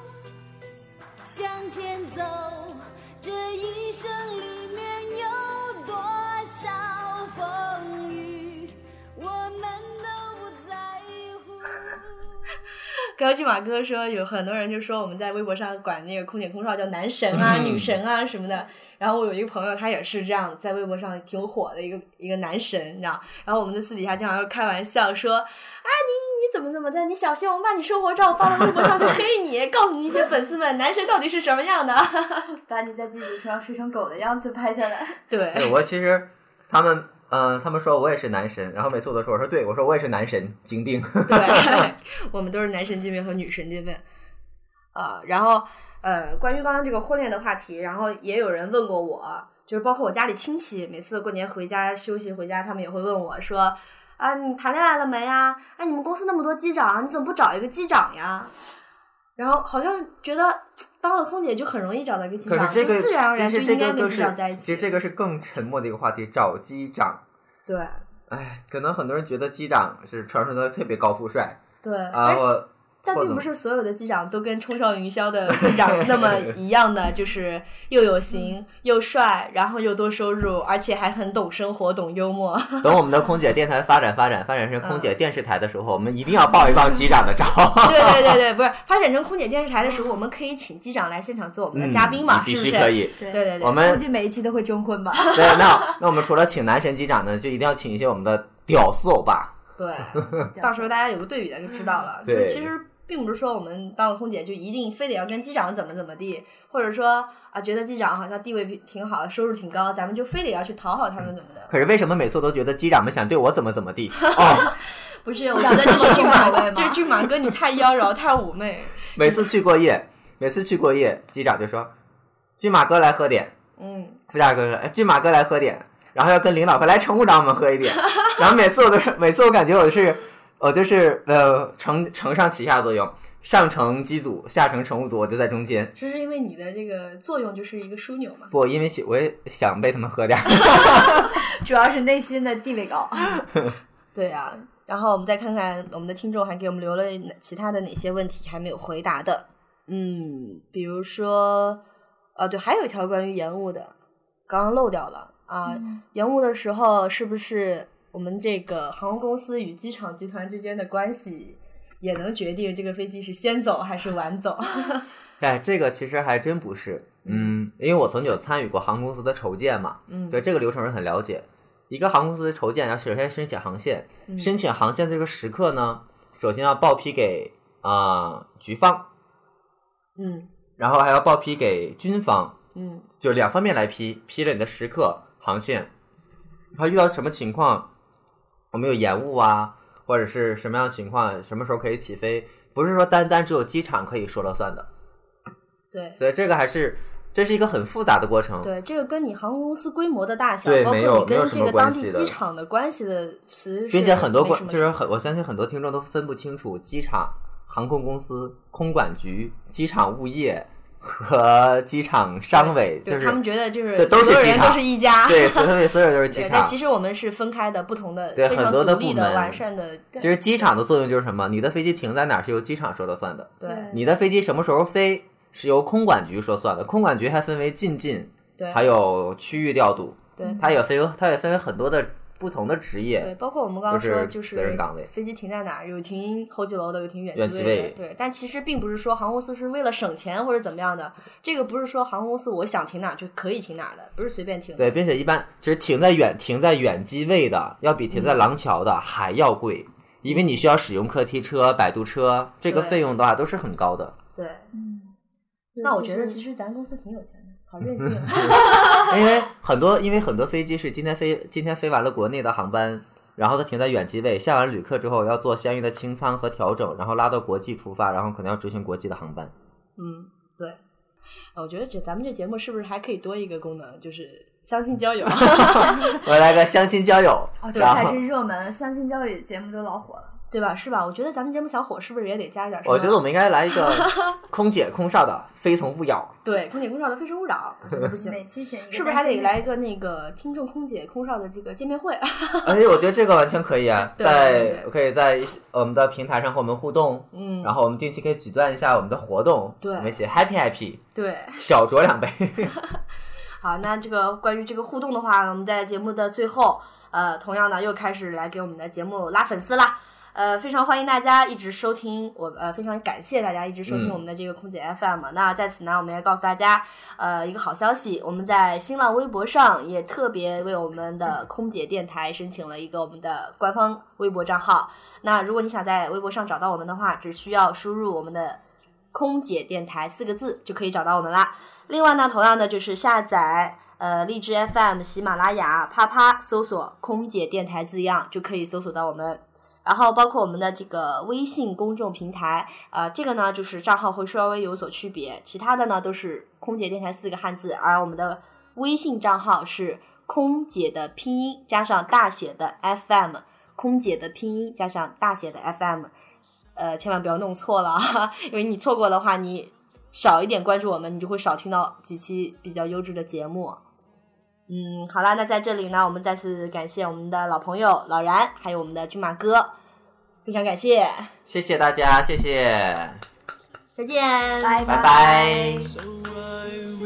Speaker 6: 向前走，这一生里面有多少风雨，我们都不在乎。
Speaker 1: 高骏马哥说，有很多人就说我们在微博上管那个空姐空少叫男神啊、
Speaker 3: 嗯
Speaker 1: 女神啊什么的。然后我有一个朋友，他也是这样，在微博上挺火的一个一个男神，你知道。然后我们在私底下经常会开玩笑说，啊，你你怎么怎么的，你小心我们把你生活照发到微博上去黑你，告诉你一些粉丝们，男神到底是什么样的。
Speaker 2: 把你在机子上睡成狗的样子拍 下来。
Speaker 3: 对
Speaker 1: 对，
Speaker 3: 我其实他们，嗯、他们说我也是男神，然后每次我都说，我说对，我说我也是男神，精病。
Speaker 1: 对，我们都是男神经病和女神经病。呃，然后呃，关于刚刚这个婚恋的话题，然后也有人问过我，就是包括我家里亲戚，每次过年回家休息回家，他们也会问我说。啊，你谈恋爱了没呀？哎，你们公司那么多机长，你怎么不找一个机长呀？然后好像觉得当了空姐就很容易找到一个机
Speaker 3: 可
Speaker 1: 长，
Speaker 3: 是这个，
Speaker 1: 就自然而然
Speaker 3: 其
Speaker 1: 就
Speaker 3: 实
Speaker 1: 应
Speaker 3: 这
Speaker 1: 该
Speaker 3: 个
Speaker 1: 跟
Speaker 3: 更
Speaker 1: 机
Speaker 3: 是
Speaker 1: 长在一，起。
Speaker 3: 其实这个是更沉默的一个话题，找机长。
Speaker 1: 对
Speaker 3: 哎，可能很多人觉得机长是传说中的特别高富帅
Speaker 1: 对，
Speaker 3: 啊，
Speaker 1: 而
Speaker 3: 我
Speaker 1: 但
Speaker 3: 或
Speaker 1: 并
Speaker 3: 者
Speaker 1: 不是所有的机长都跟冲上云霄的机 长那么一样的，就是又有
Speaker 2: 嗯
Speaker 1: 型又帅，然后又多收入，而且还很懂生活、懂幽 默。
Speaker 3: 等我们的空姐电台发展发展发展成空姐
Speaker 1: 嗯
Speaker 3: 电视台的时候，我们一定要报一报机长的照。
Speaker 1: 对对对对，不是发展成空姐电视台的时
Speaker 2: 哦
Speaker 1: 候，我们可以请机长来现场做我们的嘉宾嘛？
Speaker 3: 嗯、必
Speaker 1: 是不
Speaker 3: 须
Speaker 1: 是？
Speaker 3: 可以。
Speaker 1: 对对对
Speaker 3: 我，们
Speaker 2: 估计每一期都会征婚吧。
Speaker 3: 对，那那我们除了请男神机长呢，就一定要请一些我们的屌丝欧巴。
Speaker 1: 对，到时候大家有个对比的就知道了。就
Speaker 3: 对
Speaker 1: 是其实并不是说我们当了空姐就一定非得要跟机长怎么怎么地，或者说啊觉得机长好像地位比挺好，收入挺高，咱们就非得要去讨好他们怎么的。
Speaker 3: 可是为什么每次都觉得机长们想对我怎么怎么地？哦，
Speaker 1: 不是，我觉得这是骏马，这是骏马哥，你太妖娆，太妩媚。
Speaker 3: 每次去过夜，每次去过夜，机长就说：“骏马哥来喝点。”
Speaker 1: 嗯，
Speaker 3: 副驾哥说：“哎，骏马哥来喝点。”然后要跟领导和来乘务长我们喝一点。然后每次我都是，每次我感觉我是，我就是呃承承上启下作用，上乘机组，下乘乘务组，我就在中间。
Speaker 1: 这是因为你的这个作用就是一个枢纽嘛。
Speaker 3: 不，因为喜我也想被他们喝点儿。
Speaker 2: 主要是内心的地位高。
Speaker 1: 对啊，然后我们再看看我们的听众还给我们留了哪其他的哪些问题还没有回答的。嗯，比如说，呃，对，还有一条关于延误的，刚刚漏掉了啊。延误的时候是不是我们这个航空公司与机场集团之间的关系也能决定这个飞机是先走还是晚走？
Speaker 3: 哎，这个其实还真不是，嗯，因为我曾经有参与过航空公司的筹建嘛，
Speaker 1: 嗯，
Speaker 3: 对这个流程是很了解。一个航空公司的筹建，要首先申请航线，
Speaker 1: 嗯
Speaker 3: 申请航线这个时刻呢，首先要报批给啊、呃局方，
Speaker 1: 嗯
Speaker 3: 然后还要报批给军方，
Speaker 1: 嗯
Speaker 3: 就两方面来批，批了你的时刻航线，它遇到什么情况，有没有延误啊，或者是什么样的情况，什么时候可以起飞，不是说单单只有机场可以说了算的，
Speaker 1: 对。
Speaker 3: 所以这个还是这是一个很复杂的过程。
Speaker 1: 对，这个跟你航空公司规模的大小，
Speaker 3: 对
Speaker 1: 包
Speaker 3: 没
Speaker 1: 括
Speaker 3: 有
Speaker 1: 你
Speaker 3: 没有
Speaker 1: 跟
Speaker 3: 什
Speaker 1: 这
Speaker 3: 么
Speaker 1: 个
Speaker 3: 关
Speaker 1: 当地
Speaker 3: 系
Speaker 1: 机
Speaker 3: 的
Speaker 1: 场的关系的，其实
Speaker 3: 并
Speaker 1: 是
Speaker 3: 且很多
Speaker 1: 没
Speaker 3: 关
Speaker 1: 什么
Speaker 3: 就
Speaker 1: 的
Speaker 3: 是很，我相信很多听众都分不清楚机场、航空公司、空管局、机场物业和机场商委，
Speaker 1: 对
Speaker 3: 就是
Speaker 1: 他们觉得就是
Speaker 3: 对都是
Speaker 1: 所有
Speaker 3: 机
Speaker 1: 人都
Speaker 3: 场
Speaker 1: 是一家，
Speaker 3: 对，所有所有都是 机
Speaker 1: 对，
Speaker 3: 场
Speaker 1: 但。其实我们是分开的，不同的
Speaker 3: 对
Speaker 1: 非
Speaker 3: 很
Speaker 1: 常
Speaker 3: 多的
Speaker 1: 独立
Speaker 3: 部
Speaker 1: 的
Speaker 3: 门
Speaker 1: 完善的，
Speaker 3: 其实机场的作用就是什么？你的飞机停在哪儿是由机场说了算的，
Speaker 1: 对
Speaker 3: 你的飞机什么时候飞是由空管局说算的。空管局还分为近近，
Speaker 1: 对，
Speaker 3: 还有区域调度，
Speaker 1: 对
Speaker 3: 它也分为它也分为很多的不同的职业。
Speaker 1: 对，包括我们刚刚
Speaker 3: 就是
Speaker 1: 说就
Speaker 3: 责
Speaker 1: 是
Speaker 3: 任岗位
Speaker 1: 飞机停在哪儿，有停候机楼的，有停远
Speaker 3: 远
Speaker 1: 机
Speaker 3: 机
Speaker 1: 位的
Speaker 3: 位，
Speaker 1: 对，但其实并不是说航空公司是为了省钱或者怎么样的，这个不是说航空公司我想停哪儿就可以停哪儿的，不是随便停的，
Speaker 3: 对，并且一般其实停在远停在远机位的，要比停
Speaker 1: 嗯
Speaker 3: 在廊桥的还要贵，因为你需要使用客梯车、摆渡车，这个
Speaker 1: 对
Speaker 3: 费用的话都是很 高的。
Speaker 1: 对，
Speaker 2: 嗯，
Speaker 1: 那我觉得其实咱公司挺有钱的，好任 性啊。
Speaker 3: 因为很多因为很多飞机是今天飞今天飞完了国内的航班，然后它停在远机位，下完旅客之后要做相应的清仓和调整，然后拉到国际出发，然后可能要执行国际的航班。
Speaker 1: 嗯，对。呃我觉得这咱们这节目是不是还可以多一个功能，就是相亲交友，
Speaker 3: 我来个相亲交友，
Speaker 2: 哦，这
Speaker 3: 然
Speaker 2: 才
Speaker 3: 后
Speaker 2: 是热门，相亲教育节目都老火了。
Speaker 1: 对吧？是吧？我觉得咱们节目小火是不是也得加一点什么？
Speaker 3: 我觉得我们应该来一 个空姐空少的非诚勿扰，
Speaker 1: 对空姐空少的《非诚勿扰》我觉得不行，
Speaker 2: 每期选一个，
Speaker 1: 是不是还得来一？个那个听众空姐空少的这个见面会？
Speaker 3: 而哎且我觉得这个完全可以啊，
Speaker 1: 对对
Speaker 3: 在
Speaker 1: 对
Speaker 3: 可以在呃我们的平台上和我们互动，
Speaker 1: 嗯，
Speaker 3: 然后我们定期可以举办一下我们的活动，
Speaker 1: 对
Speaker 3: 我们一起 happy happy，
Speaker 1: 对，
Speaker 3: 小酌两杯。
Speaker 1: 好，那这个关于这个互动的话，我们在节目的最后，呃，同样呢又开始来给我们的节目拉粉丝啦。呃，非常欢迎大家一直收听我，呃，非常感谢大家一直收听
Speaker 3: 嗯
Speaker 1: 我们的这个空姐 FM、那在此呢，我们也告诉大家，呃，一个好消息，我们在新浪微博上也特别为我们的空姐电台申请了一个我们的官方微博账号。那如果你想在微博上找到我们的话，只需要输入我们的“空姐电台”四个字就可以找到我们啦。另外呢，同样的就是下载呃荔枝 FM、喜马拉雅、啪啪搜索“空姐电台”字样就可以搜索到我们。然后包括我们的这个微信公众平台，呃，这个呢就是账号会稍微有所区别，其他的呢都是“空姐电台”四个汉字，而我们的微信账号是“空姐”的拼音加上大写的 FM，空姐的拼音加上大写的 FM，呃，千万不要弄错了， 啊，因为你错过的话，你少一点关注我们，你就会少听到几期比较优质的节目。嗯，好啦，那在这里呢，我们再次感谢我们的老朋友老然，还有我们的骏马哥，非常感谢，
Speaker 3: 谢谢大家，谢谢，
Speaker 1: 再见，
Speaker 2: 拜
Speaker 3: 拜拜。
Speaker 5: So I